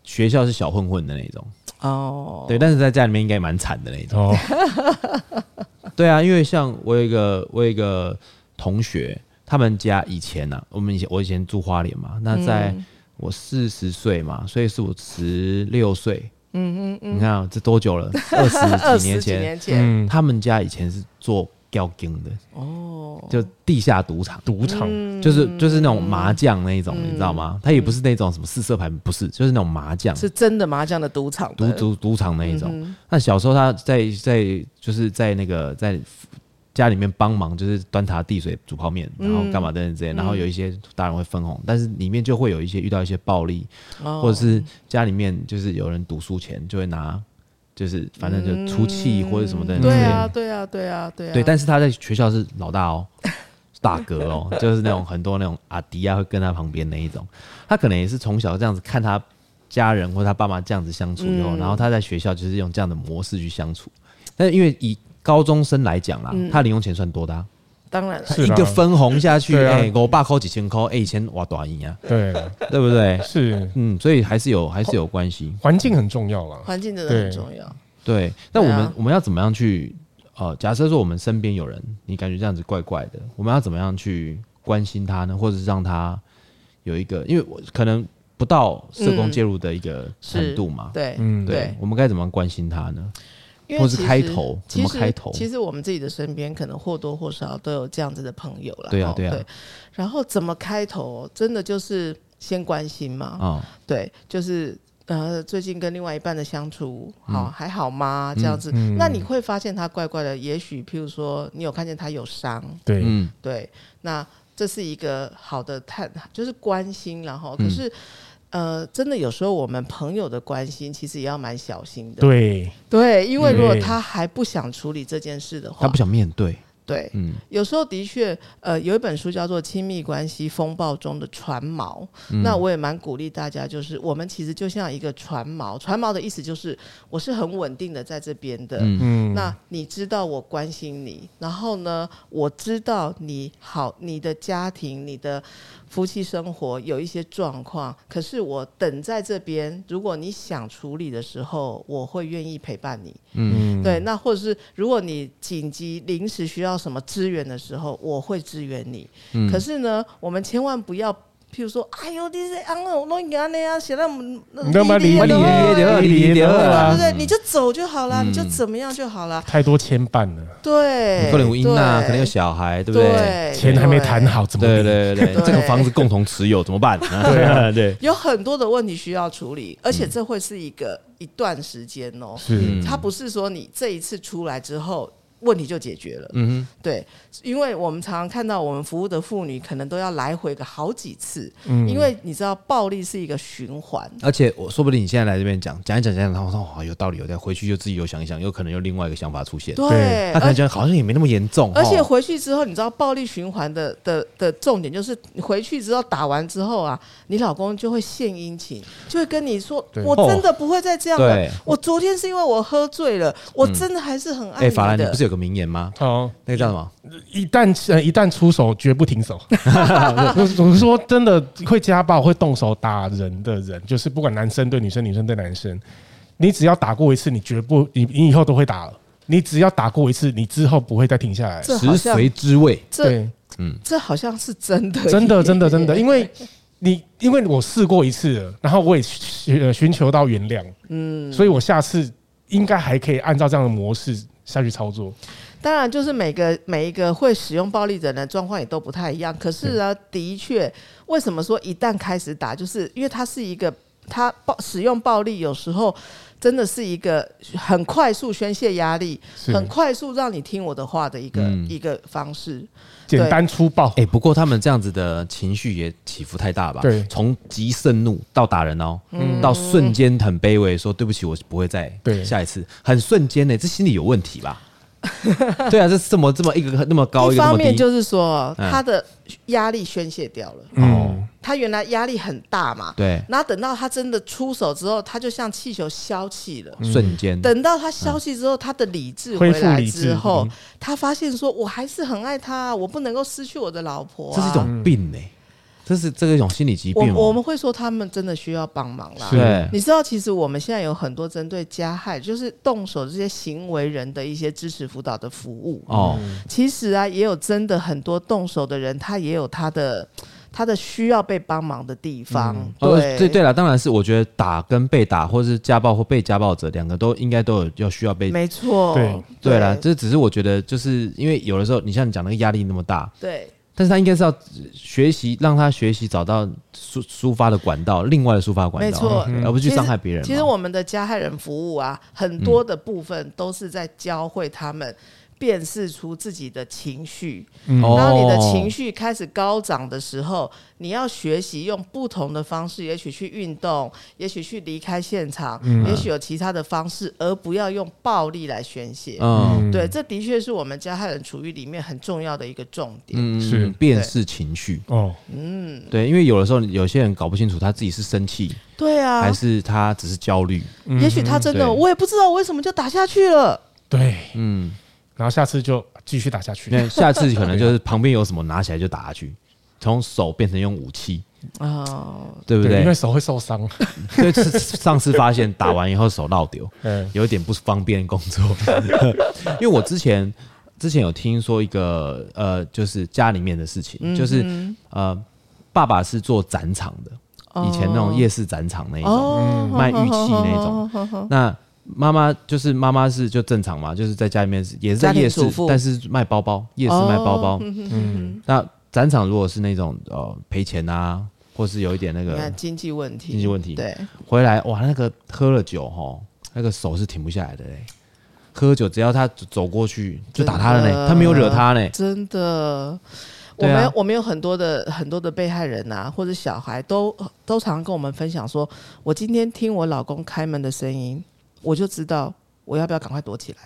A: 学校是小混混的那种，
C: 哦，
A: 对，但是在家里面应该蛮惨的那种。
B: 哦，
A: 对啊，因为像我有一个我有一个同学，他们家以前啊，我们以前我以前住花莲嘛，那在我四十岁嘛，所以是我十六岁。嗯嗯嗯，你看、啊、这多久了？ 二
C: 二
A: 十几
C: 十
A: 年
C: 几
A: 前，
C: 年前，
B: 嗯
A: 他们家以前是做吊金的，
C: 哦，
A: 就地下赌场，
B: 赌场，
A: 就是就是那种麻将那一种，你知道吗？他也不是那种什么四色牌，不是，就是那种麻将，
C: 是真的麻将的赌场
A: 赌
C: 的嗯
A: 赌赌场那一种。那小时候他在在就是在那个在家里面帮忙，就是端茶递水、煮泡面，然后干嘛等
C: 嗯
A: 等之类，然后有一些大人会分红，但是里面就会有一些遇到一些暴力，
C: 哦
A: 或者是家里面就是有人赌输钱就会拿，就是反正就出气或者什么等等之类
C: 对
A: 的。
C: 啊，对啊，对啊，对啊。
A: 嗯对，但是他在学校是老大哦，是大哥哦，就是那种很多那种阿迪啊会跟他旁边那一种，他可能也是从小这样子看他家人或他爸妈这样子相处以后，然后他在学校就是用这样的模式去相处。但是因为以高中生来讲啦，他零用钱算多的啊、
C: 当然了，
B: 是
A: 一
B: 啦
A: 个分红下去，
B: 对啊
A: 哎、我爸扣几千块，哎、以前哇短赢啊，
B: 对，
A: 对不对？
B: 是
A: 嗯，所以还是有还是有关系。
B: 环境很重要啦。
C: 环境真的很重要。
A: 对，那我
C: 对啊
A: 们、我们要怎么样去？呃，假设说我们身边有人，你感觉这样子怪怪的，我们要怎么样去关心他呢？或者是让他有一个，因为我可能不到社工
C: 嗯
A: 介入的一个程
C: 是
A: 度嘛，
C: 对，
B: 嗯，
A: 对，
C: 对
A: 我们该怎么样关心他呢？
C: 因
A: 或
C: 为
A: 是
C: 其实
A: 开头怎
C: 其
A: 么
C: 实
A: 开头
C: 其实我们自己的身边可能或多或少都有这样子的朋友了。
A: 对啊
C: 哦
A: 对啊
C: 然后怎么开头，真的就是先关心嘛。
A: 啊、
C: 对，就是呃，最近跟另外一半的相处，
A: 嗯
C: 好、还好吗？这样子，
B: 嗯
C: 那你会发现他怪怪的。也许譬如说，你有看见他有伤，
B: 对，
A: 嗯
C: 对，那这是一个好的探，就是关心然后可
A: 嗯
C: 是。呃，真的有时候我们朋友的关心其实也要蛮小心的，
B: 对，
C: 对因为如果
B: 对
C: 他还不想处理这件事的话，
A: 他不想面对，
C: 对，
A: 嗯
C: 有时候的确，呃，有一本书叫做《亲密关系风暴中的船锚》，
A: 嗯
C: 那我也蛮鼓励大家，就是我们其实就像一个船锚，船锚的意思就是我是很稳定的在这边的。
A: 嗯
B: 嗯，
C: 那你知道我关心你，然后呢，我知道你好，你的家庭、你的夫妻生活有一些状况，可是我等在这边，如果你想处理的时候，我会愿意陪伴你。
B: 嗯，
C: 对，那或者是如果你紧急临时需要什么支援的时候，我会支援你。
A: 嗯
C: 可是呢，我们千万不要，譬如说，哎呦，你这安了，我弄你安了呀，写到我们
B: 你干嘛理
A: 你
B: 理
A: 对
B: 理
A: 对
B: 二
C: 对不
B: 啊？
C: 对？你就走就好了，
A: 嗯
C: 你就怎么样就好了。
B: 太多牵绊了，
C: 对，
A: 可能有因啊，
C: 对
A: 可能有小孩，对不对？
C: 对，
B: 钱还没谈好，怎么
A: 对
B: 理？
A: 对对对，
C: 对
A: 这个房子共同持有怎么 办？
B: 对啊
A: 对，
C: 有很多的问题需要处理，而
A: 嗯
C: 且这会是一个、一段时间哦。
B: 是，
C: 它不是说你这一次出来之后问题就解决了，
A: 嗯
C: 对，因为我们常常看到我们服务的妇女可能都要来回个好几次，
B: 嗯
C: 因为你知道暴力是一个循环，
A: 而且我说不定你现在来这边讲讲一讲讲一讲，然后说哇有道理，有再回去就自己又想一想，有可能有另外一个想法出现。
C: 对，
A: 他可能
C: 哎而
A: 觉得好像也没那么严重，
C: 而且
A: 哦
C: 回去之后，你知道暴力循环的的的重点就是，你回去之后打完之后啊，你老公就会献殷勤，就会跟你说：“
B: 对
C: 我真的不会再这样了
A: 哦对。
C: 我昨天是因为我喝醉了，我真的还是很爱
A: 哎，法兰，
C: 你
A: 你
C: 的嗯
A: 不。是有个名言吗？
B: 好，
A: 那个叫什么？
B: 一旦呃一旦出手，绝不 停手。我我是说真的，会家暴、会动手打人的人，就是不管男生对女生、女生对男生，你只要打过一次，你绝不你你以后都会打了。你只要打过一次，你之后不会再停下来。
C: 这好
A: 食
C: 像
A: 髓知味。
C: 这
B: 对，
C: 这好像是真的耶，
B: 真的真的真 的，因为你因为我试过一次了，然后我也寻呃寻求到原谅，嗯，所以我下次应该还可以按照这样的模式下去操作。
C: 当然，就是每个每一个会使用暴力的人的状况也都不太一样。可是呢，的确，为什么说一旦开始打，就是因为它是一个它暴使用暴力，有时候真的是一个很快速宣泄压力，
B: 是
C: 很快速让你听我的话的一个、
A: 嗯
C: 一个方式。
B: 简单粗暴，
A: 哎，不过他们这样子的情绪也起伏太大吧？
B: 对
A: 从极盛怒到打人哦，
C: 嗯
A: 到瞬间很卑微说对不起，我不会再
B: 对
A: 下一次，很瞬间呢，这心理有问题吧？ 对啊，这是这么这么一个那么高，
C: 一
A: 一个那
C: 方
A: 么
C: 面
A: 低，
C: 就是说，
A: 嗯哦
C: 他的压力宣泄掉了，
B: 嗯，
C: 他原来压力很大嘛，
A: 对，
C: 然后等到他真的出手之后，他就像气球消气了。
A: 瞬间
C: 等到他消息之后，他的理智
B: 恢
C: 回
B: 复
C: 来
B: 理智
C: 之
A: 嗯
C: 后，他发现说：“我还是很爱他啊，我不能够失去我的老婆啊。”
A: 这是一种病呢、这是这个一种心理疾病、哦
C: 我我们会说他们真的需要帮忙啦。
A: 对
C: 你知道，其实我们现在有很多针对加害，就是动手这些行为人的一些支持辅导的服务。
A: 哦，
C: 其实啊，也有真的很多动手的人，他也有他的他的需要被帮忙的地方。
A: 哦
C: 对
A: 对对了，当然是我觉得打跟被打，或是家暴或被家暴者，两个都应该都有要需要被。
C: 没错，
B: 对
A: 对了，这只是我觉得，就是因为有的时候，你像你讲那个压力那么大，
C: 对
A: 但是他应该是要学习，让他学习找到抒抒发的管道，另外的抒发管道，嗯
C: 没错
A: 而不是去伤害别人嘛。嗯
C: 其实我们的加害人服务啊，很多的部分都是在教会他们辨识出自己的情绪。
A: 哦
C: 当你的情绪开始高涨的时候，你要学习用不同的方式，也许去运动，也许去离开现场，
A: 嗯
C: 也许有其他的方式，而不要用暴力来宣泄。
A: 嗯，
C: 对，这的确是我们加害人处于里面很重要的一个重点。
A: 嗯
B: 是
A: 辨识情绪，
B: 哦，
A: 对，因为有的时候有些人搞不清楚他自己是生气
C: 对啊，
A: 还是他只是焦虑，
C: 也许他真的，
A: 对
C: 我也不知道为什么就打下去了。
B: 对，
A: 嗯，
B: 然后下次就继续打下去
A: 因。为下次可能就是旁边有什么拿起来就打下去，从手变成用武器，
C: 哦，
A: 对不
B: 因为
A: 对？
B: 手会受伤。
A: 对，是上次发现打完以后手落丢，
B: 嗯，
A: 有点不方便工作， 因为我之前之前有听说一个呃，就是家里面的事情，
C: 嗯
A: 就是呃，爸爸是做展场的，以前那种夜市展场那一种，
C: 哦，
A: 卖玉器那 种。那妈妈就是妈妈是就正常嘛，就是在家里面是也是在夜
C: 家庭
A: 市
C: 主，妇哦
A: 但是卖包包，夜市卖包包。
B: 嗯，
A: 那展场如果是那种呃赔钱啊，或是有一点那
C: 你
A: 个
C: 看经济问题，
A: 经济问题
C: 对，
A: 回来哇，那个喝了酒吼，那个手是停不下来的嘞。喝酒只要他走过去就打他了
C: 真
A: 呢，
B: 啊
C: 的
A: 他没有惹他呢。
C: 真的。我
A: 对啊
C: 们我们有很多的很多的被害人啊，或者小孩都都常跟我们分享说，我今天听我老公开门的声音，我就知道我要不要赶快躲起来。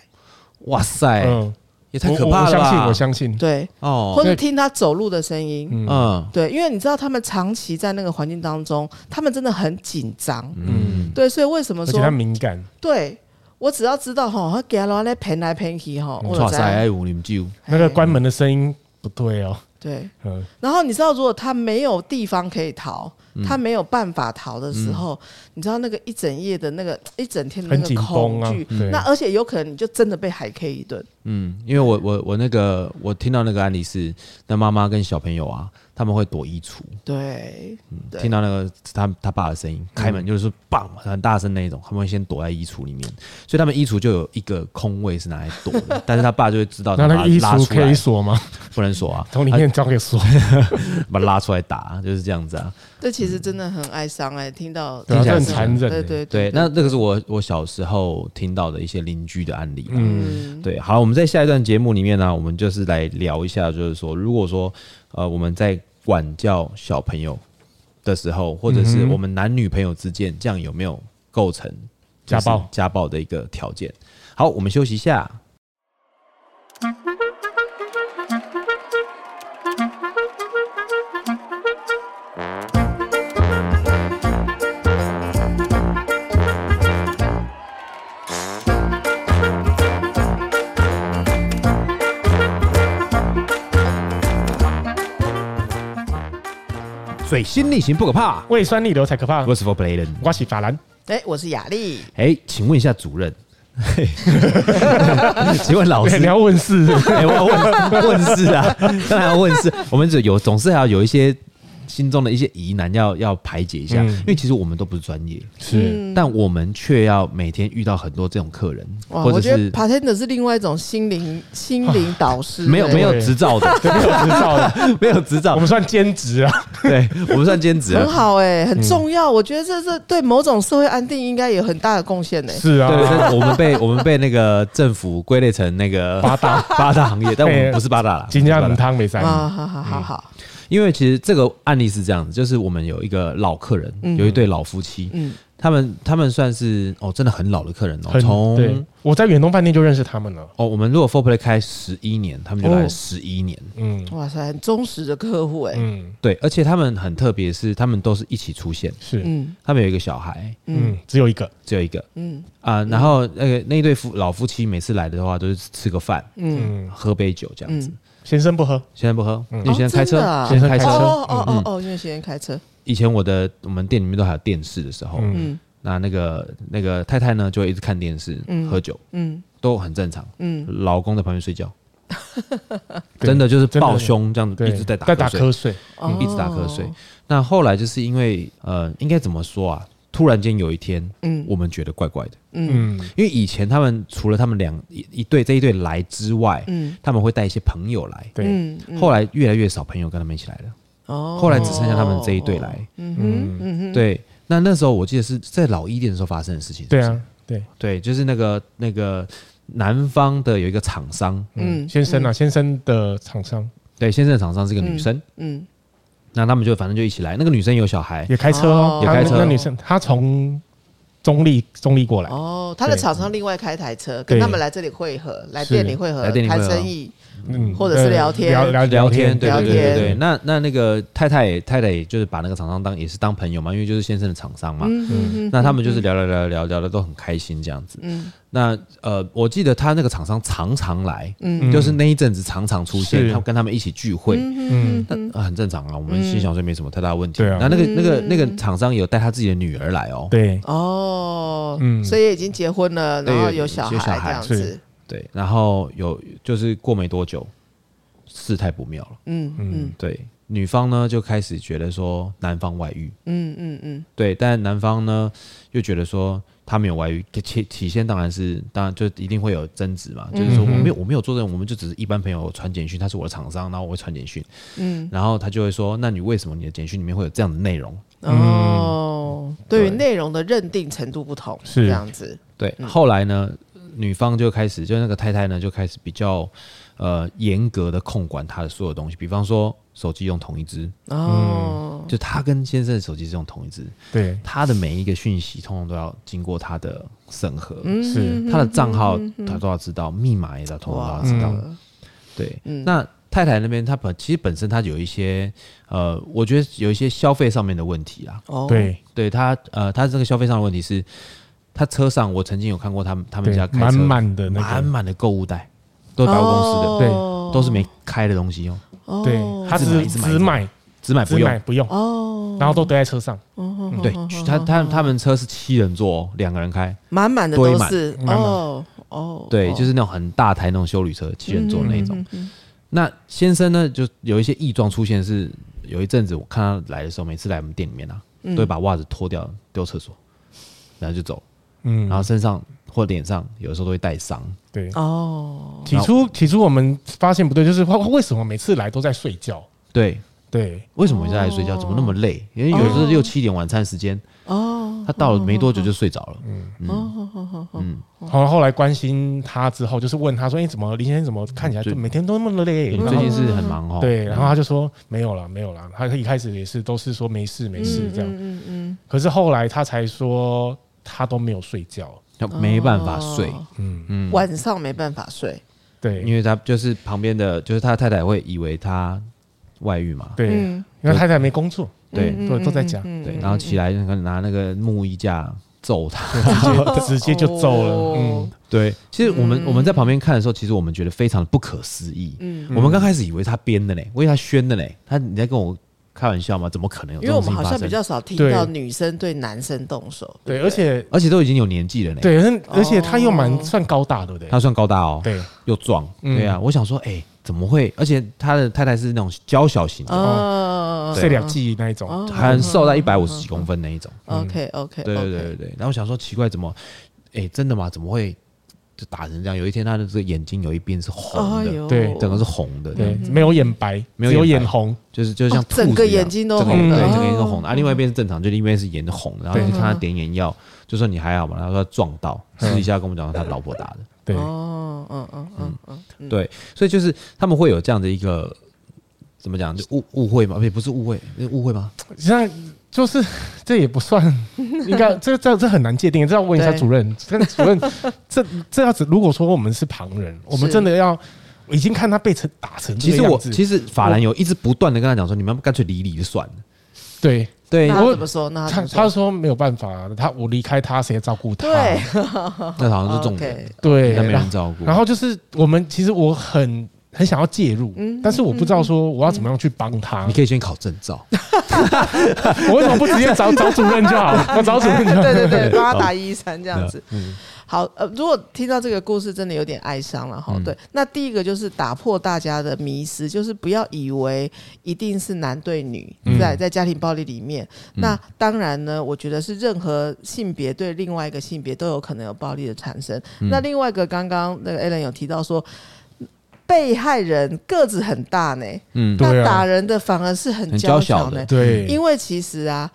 A: 哇塞，
B: 嗯，
A: 也哎太
B: 我
A: 可怕
B: 我
A: 了吧！
B: 我相信，我相信。
C: 对，或
A: 哦，
C: 者听他走路的声音，
A: 嗯
C: 对，因为你知道他们长期在那个环境当中，他们真的很紧张。
A: 嗯，
C: 对，所以为什么
B: 而且他
C: 说
B: 敏感，
C: 对我只要知道吼，他给他来骗来骗去吼，我就
A: 哇
C: 知
A: 塞，
C: 道
A: 哎，五零九，
B: 那个关门的声音不对哦。
C: 对。
B: 嗯，
C: 然后你知道，如果他没有地方可以逃，
A: 嗯
C: 他没有办法逃的时候，你知道那个一整夜的那个一整天哎的那
B: 很紧
C: 个恐
B: 绷啊
C: 惧，。
B: 对
C: 那而且有可能你就真的被海 K 一顿，
A: 嗯，因为我我我那个我听到那个案例是，那妈妈跟小朋友啊，他们会躲衣橱，
C: 对，对
A: 听到那个他他爸的声音，开
B: 嗯
A: 门就是棒，很大声那一种，他们会先躲在衣橱里面，所以他们衣橱就有一个空位是拿来躲的，但是他爸就会知 道，
B: 那那
A: 把
B: 个
A: 他
B: 衣
A: 拉
B: 橱
A: 出
B: 可以
A: 来，哎
B: 锁吗？
A: 不能锁啊，
B: 从里面找给锁。
A: 他把他拉出来打，就是这样子啊。
C: 这其实真的很哀伤哎、听到
B: 对啊
A: 这很
C: 真的
B: 残忍
C: 对
B: 欸
C: 对
A: 对，
C: 对，
A: 那这个是我我小时候听到的一些邻居的案例啦。
C: 嗯，
A: 对，好，我们在下一段节目里面呢、我们就是来聊一下，就是说，如果说呃我们在管教小朋友的时候，或者
B: 嗯
A: 是我们男女朋友之间，这样有没有构成就是
B: 家暴
A: 家暴的一个条件？好，我们休息一下。水星逆行不可怕，
B: 胃酸逆流才可怕。
A: 我是 For Bladen。
B: 我是法兰，
C: 哎、我是雅丽，
A: 哎、请问一下主任， 请问老师，
B: 你要问是不是？
A: 哎、我要问问事啊， 当然要问事。我们只有总是还要有一些心中的一些疑难要要排解一下，
B: 嗯
A: 因为其实我们都不是专业，
B: 是
C: 嗯，
A: 但我们却要每天遇到很多这种客人，
C: 哇，
A: 或者
C: 我觉得
A: 是
C: Patender 是另外一种心灵心灵导师、
A: 没有
C: 欸
A: 没有执照 的，
B: 没有执 照的，
A: 没有执
B: 我
A: 照
B: 们，算兼职啊。
A: 对我们算兼职
C: 很
A: 啊。
C: 好哎、很重要。我觉得这是对某种社会安定应该有很大的贡献呢。哎
B: 是
A: 对，
B: 啊，
A: 但是我们被我们被那个政府归类成那个八大八大行业，但我们不是八大啦，
B: 金
A: 不
B: 家
A: 是八
B: 冷
A: 大
B: 汤没在。
C: 啊，好好好好，
A: 因为其实这个案例是这样子，就是我们有一个老客人，有一对老夫妻，
C: 嗯
A: 他们他们算是哦真的很老的客人哦，
B: 很
A: 从
B: 嗯对，我在远东饭店就认识他们了。
A: 哦，我们如果 Four Play 开十一年，他们就来
B: 哦
A: 十一年。
B: 嗯
C: 哇塞，很忠实的客户哎、
B: 嗯，
A: 对，而且他们很特别，是他们都是一起出现。
B: 是
C: 嗯
A: 他们有一个小孩，
B: 嗯，只有一个。
A: 只有一个
C: 嗯
A: 啊、然后那个那一对夫老夫妻每次来的话，都是吃个饭、
C: 嗯，
B: 嗯，
A: 喝杯酒这样子。
C: 嗯
B: 先生不喝，
A: 现在不喝，因为
C: 哦
A: 现在开车，
C: 真的啊
A: 现在开
B: 开
A: 车。嗯
B: 车
C: 哦哦哦哦，因为先开车，
A: 以前我的我们店里面都还有电视的时候，
B: 嗯
C: 嗯
A: 那那个那个太太呢就会一直看电视、
C: 嗯
A: 喝酒，
C: 嗯
A: 都很正常。
C: 嗯，
A: 老公在旁边睡 觉，
B: 对
A: 真的就是
B: 真的
A: 抱胸这样子
B: 对，
A: 一直在打
B: 在打
A: 瞌睡
B: 瞌睡。
C: 哦
A: 一直打瞌睡。那后来就是因为呃，应该怎么说啊？突然间有一天，
C: 嗯
A: 我们觉得怪怪的，
B: 嗯，
A: 因为以前他们除了他们两一一对这一对来之外，
C: 嗯
A: 他们会带一些朋友来。
B: 对，
C: 嗯嗯，
A: 后来越来越少朋友跟他们一起来了，
C: 哦
A: 后来只剩下他们这一对来。，
C: 嗯哼嗯哼，
A: 对，啊那那时候我记得是在老一店的时候发生的事情。
B: 对啊，对，
A: 对，就是那个那个男方的有一个厂商，
B: 嗯，先生啊，先生的厂商
A: 对，先生的厂商是个女生，
C: 嗯，
A: 那他们就反正就一起来，那个女生有小孩，
B: 也开车哦
C: 哦，
A: 哎也开车
B: 那女生她从中立中立过来，
C: 哦，他的
B: 对
C: 厂商另外开台车，
B: 对
C: 跟他们来这里汇合，来
B: 是
C: 店里汇合
A: 来店里汇
C: 谈
A: 合
C: 生意，
B: 嗯，
C: 或者是
B: 呃
C: 聊天
B: 聊聊
A: 聊天，对
B: 对，
A: 对对
C: 聊
A: 对
C: 天
A: 对。那那那个太太也太太也就是把那个厂商当也是当朋友嘛，因为就是先生的厂商嘛。
C: 嗯
A: 那他们就是聊聊聊聊聊的都很开心这样子。
C: 嗯
A: 那呃，我记得他那个厂商常常来，
C: 嗯
A: 就是那一阵子常常出现，
B: 是
A: 他跟他们一起聚会。
B: 嗯，
A: 那啊很正常啊，我
C: 嗯
A: 们心想说没什么太大问题。
B: 对啊
A: 那那个那个那个厂商有带他自己的女儿来哦。
B: 对，
C: 哦，
B: 嗯
C: 所以已经结婚了，
A: 对
C: 然后
A: 有
C: 有小
A: 有小
C: 孩
A: 孩
C: 这样
B: 是
C: 子，
A: 对，然后有就是过没多久，事态不妙了。
C: 嗯嗯
A: 对，女方呢就开始觉得说男方外遇，
C: 嗯嗯嗯，
A: 对，但男方呢又觉得说他没有外遇，体体现当然是当然就一定会有争执嘛，就是说我没有我没有做这种，我们就只是一般朋友传简讯，他是我的厂商，然后我会传简讯，嗯，然后他就会说，那你为什么你的简讯里面会有这样的内容？
C: 哦，对于
A: 嗯对
C: 内容的认定程度不同，
B: 是
C: 这样子，
A: 对，后来呢，女方就开始，就那个太太呢就开始比较呃严格的控管她的所有东西，比方说手机用同一只，
C: 哦，
A: 就她跟先生的手机是用同一只，
B: 对，
A: 她的每一个讯息通通都要经过她的审核，
C: 嗯
B: 是
A: 嗯他的账号他都要知道，密码也要通通都要知道。
B: 嗯
A: 对，
C: 嗯
A: 那太太那边，她本其实本身她有一些呃，我觉得有一些消费上面的问题啦。
C: 哦，
B: 对
A: 对她呃，她这个消费上的问题是，她车上我曾经有看过他们他们家
B: 对，
A: 开
B: 满
A: 车
B: 满的那
A: 满
B: 个，
A: 满的购物袋，都是百货公司的，
C: 哦
A: 都是没开的东西哦，
C: 哦
B: 对，她
A: 只买
B: 只
A: 一直买
B: 只买
A: 只买不
B: 只
A: 用
B: 买。不用，
C: 哦，
B: 然后都堆在车上，
A: 对，
C: 嗯
A: 他他他们车是七人座哦，两个人开，
C: 满满的
A: 堆
C: 都
A: 满
C: 是
B: 满满
C: 哦哦，
A: 对，
C: 哦嗯
A: 就是那种很大台那种修旅车，七人座那种。那先生呢，就有一些异状出现是，有一阵子我看他来的时候，每次来我们店里面啊，都会把袜子脱掉丢厕所，然后就走，
B: 嗯，
A: 然后身上或脸上有的时候都会带伤，
B: 对。
C: 哦，
B: 起初起初我们发现不对，就是他为什么每次来都在睡觉？
A: 对。
B: 对，
A: 为什么一直在睡觉？怎么那么累？因为有时候六七点晚餐时间，
C: 哦，
A: 他到了没多久就睡着了。
B: 然后后来关心他之后，就是问他说：“哎，怎么林先生怎么看起来就每天都那么累？”
A: 你
B: 然
A: 嗯
B: 后
A: 最近是很忙哦。
B: 对，然后他就说没有了，没有了。他一开始也是都是说没事没事这样，
C: 嗯嗯，
B: 可是后来他才说他都没有睡觉。
A: 他没办法睡，
C: 嗯，晚上没办法睡，
A: 因
B: 对
A: 为他就是旁边的，就是他太太会以为他外遇嘛。
B: 对，
C: 嗯
B: 因为太太没工作，
A: 对，
B: 都都在家，
A: 对，然后起来那个拿那个木衣架揍他。
B: 直接直接就走
C: 哦
B: 了。嗯，
A: 对，其实我
C: 嗯
A: 们、我们在旁边看的时候，其实我们觉得非常不可思议。
C: 嗯
A: 我们刚开始以为他编的嘞，我以为他宣的嘞，他你在跟我开玩笑吗？怎么可能有这
C: 因为我
A: 种事
C: 们
A: 情
C: 好
A: 发
C: 像比
A: 生？
C: 较少听
B: 对
C: 到女生对男生动手，
B: 对，而且
A: 而且都已经有年纪了嘞，
B: 对，而
C: 哦
B: 而且他又蛮算高大，对不对
A: 他？算高大哦，
B: 对，
A: 又壮，
B: 嗯
A: 对啊，我想说，哎、怎么会？而且他的太太是那种娇小型的，
C: 哦嗯
B: 这两季那一种，
A: 很瘦，在一百五十几公分那一种。
C: ，OK OK，
A: 嗯对对对对对。然后我想说奇怪，怎么，哎、真的吗？怎么会就打成这样？有一天他的这个眼睛有一边是红
C: 哎
A: 的，
C: 呦，
B: 对
A: 整个是红的，
B: 对，没有眼白，
A: 没有
B: 只有
A: 眼白
B: 眼红，
A: 就是就像
C: 哦
A: 兔子一样
C: 整个眼睛都
A: 整个
B: 红的
A: 对，
B: 哦
A: 整个眼睛都红的。啊，另外一边是正常，就另一边是眼红的，然后就看他点眼药，就说你还好吗？他说他撞到，
C: 嗯
A: 私底下跟我们讲说他老婆打的，
B: 对，
C: 哦，嗯嗯嗯嗯，
A: 对，所以就是他们会有这样的一个怎么讲，就误误会嘛，不是不是误会，那误会吗？
B: 像就是 这也不 算，应该这这这很难界定，这要问一下
C: 对
B: 主任。 这个主任，这这要子，如果说我们是旁人，我们
C: 是
B: 真的要已经看他被成打成
A: 其
B: 这
A: 实
B: 个
A: 我
B: 样子，
A: 其实法兰有一直不断的跟他讲说，你们干脆离离就算了，
B: 对
A: 对，
C: 那
A: 那
C: 他
B: 我
C: 怎么说？那
B: 他
C: 他
B: 他
C: 他
B: 说没有办法，他我离开他，谁照顾他？
C: 对
A: 好像是重点
C: 哦 OK，
B: 对，
A: 那没
B: 然
A: 人
B: 后
A: 照顾，
B: 然后就是我们其实我很很想要介入，
C: 嗯
B: 但是我不知道说我要怎么样去帮他
A: 你。可以先考证照，
B: 我为什么不直接找找主任就好？我找主任就好。
C: 哎对对对，帮他打一三这样子。好，呃，如果听到这个故事，真的有点哀伤了哈。对，那第一个就是打破大家的迷思，就是不要以为一定是男对女，在在家庭暴力里面。那当然呢，我觉得是任何性别对另外一个性别都有可能有暴力的产生。那另外一个，刚刚那个 Alan 有提到说。被害人个子很大呢，
A: 嗯
B: 对
C: 那
B: 啊
C: 打人的反而是很
A: 很娇
C: 娇
A: 小
C: 小
A: 的
C: 呢。
B: 对，
C: 因为其实啊，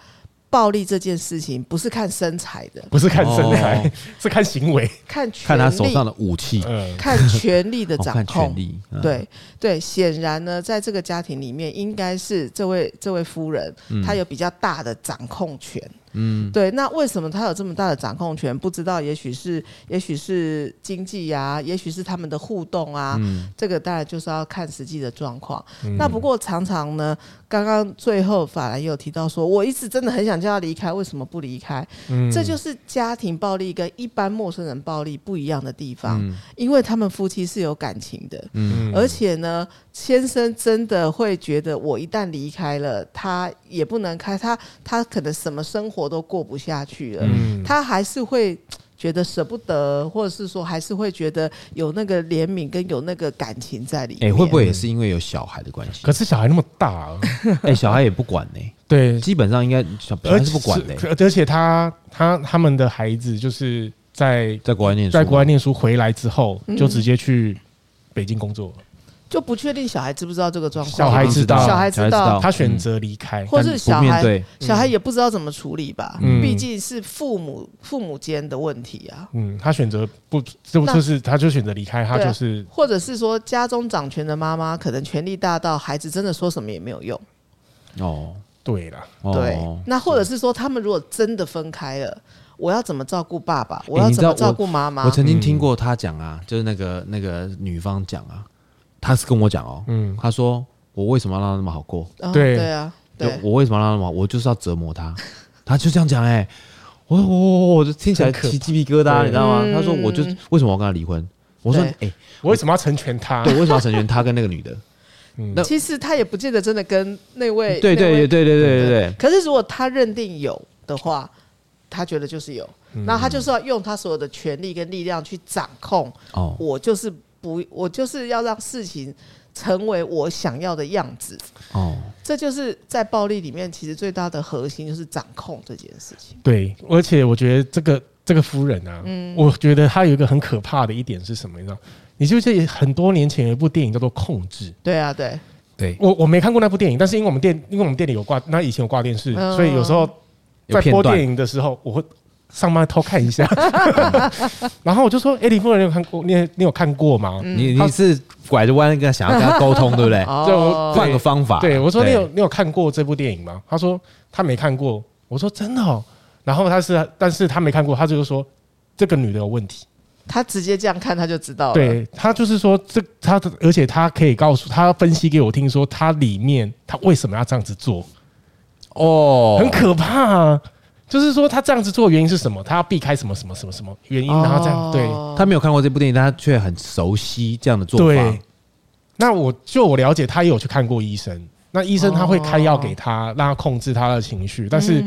C: 暴力这件事情不是看身材的，
B: 不是看身材
A: 哦，
B: 是看行为。
C: 看权力，
A: 看他手上的武器，
B: 嗯，
C: 看权力的
A: 哦
C: 掌
A: 看
C: 控
A: 权。力，嗯，
C: 对对，显然呢，在这个家庭里面，应该是这位这位夫人，她有比较大的掌控权。
A: 嗯，
C: 对，那为什么她有这么大的掌控权？不知道，也许是也许是经济啊，也许是他们的互动啊，
A: 嗯
C: 这个当然就是要看实际的状况。那不过常常呢，刚刚最后法兰也有提到说，我一直真的很想叫他离开，为什么不离开？
B: 嗯
C: 这就是家庭暴力跟一般陌生人暴力不一样的地方，
A: 嗯
C: 因为他们夫妻是有感情的。
A: 嗯，
C: 而且呢，先生真的会觉得我一旦离开了，他也不能开，他他可能什么生活都过不下去了，
B: 嗯
C: 他还是会。觉得舍不得，或者是说还是会觉得有那个怜悯跟有那个感情在里
A: 哎、
C: 面。
A: 会不会也是因为有小孩的关系
B: 可？是小孩那么 大啊，
A: 哎、小孩也不管呢、
B: 对，
A: 基本上应该小小孩
B: 而且
A: 是不管的、欸
B: 可而且他他他们的孩子就是在
A: 在国外念书，嗯
B: 在国外念书回来之后，就直接去北京工作了。就
C: 就不确定小孩知不知道这个状况？
B: 小孩知道
C: 小孩知
A: 哦
C: 道，
B: 他选择离开，
C: 或
A: 但
C: 是
A: 不
C: 小
A: 面
C: 孩
A: 对嗯
C: 小孩也不知道怎么处理吧
B: 嗯？
C: 毕竟是父母父母间的问题啊。
B: 嗯，他选择不就
C: 那
B: 就是他就选择离开，他
C: 对啊
B: 就是
C: 或者是说，家中掌权的妈妈可能权力大到孩子真的说什么也没有用，
A: 哦，
B: 对了，
A: 哦
C: 对。那或者是说，他们如果真的分开了，我要怎么照顾爸爸？我要
A: 你知
C: 怎
A: 道
C: 么照顾妈妈
A: 我？曾经听过他讲啊，就是那个那个女方讲啊，他是跟我讲哦，
B: 嗯，
A: 他说我为什么要让他那么好过？
C: 啊
B: 对
C: 对啊，
A: 就
C: 对，
A: 我为什么要让他那么好？我就是要折磨 他。他就这样讲哎、我我我我就哦听起来
B: 很可怕
A: 起鸡皮疙瘩，啊你知道吗？
C: 嗯
A: 他说我就为什么我要跟他离婚？我说
C: 对
A: 哎，
B: 我为什么要成全他
A: 对，？为什么要成全他跟那个女的？那
C: 其实他也不见得真的跟那位
A: 对对
C: 那位
A: 对对对对对
C: 可是如果他认定有的话，他觉得就是有，
A: 嗯
C: 那他就是要用他所有的权力跟力量去掌控。
A: 哦，
C: 我就是不，我就是要让事情成为我想要的样子。
A: 哦，
C: 这就是在暴力里面，其实最大的核心就是掌控这件事情。
B: 对，而且我觉得这个这个夫人啊，
A: 嗯
B: 我觉得她有一个很可怕的一点是什么？你知道，你记不记得很多年前有一部电影叫做《控制》？
C: 对啊，对，
A: 对，
B: 我我没看过那部电影，但是因为我们店，因为我们店里有挂，那以前有挂电视，
C: 嗯
B: 所以有时候
A: 有
B: 在
A: 片
B: 播
A: 段
B: 电影的时候，我会上班偷看一 下。然后我就说：“哎、李夫人，你有看过？你你有看过吗？”
A: 你你是拐着弯跟他想要跟他沟通，对不 对？
B: 就
C: 哦，
A: 换个方法。
B: 对，我说你有你有看过这部电影吗？他说他没看过。我说真的哦。然后他是，但是他没看过，他就说这个女的有问题。
C: 他直接这样看他就知道了。，
B: 对他就是说这他，而且他可以告诉他分析给我听，说他里面他为什么要这样子做，
A: 哦，
B: 很可怕啊。就是说他这样子做的原因是什么？他要避开什么什么什么什么原因，然后这样对。
A: 他没有看过这部电影，但他却很熟悉这样的做法
B: 对。，那我就我了解，他也有去看过医生。那医生他会开药给他，让他控制他的情绪。但是，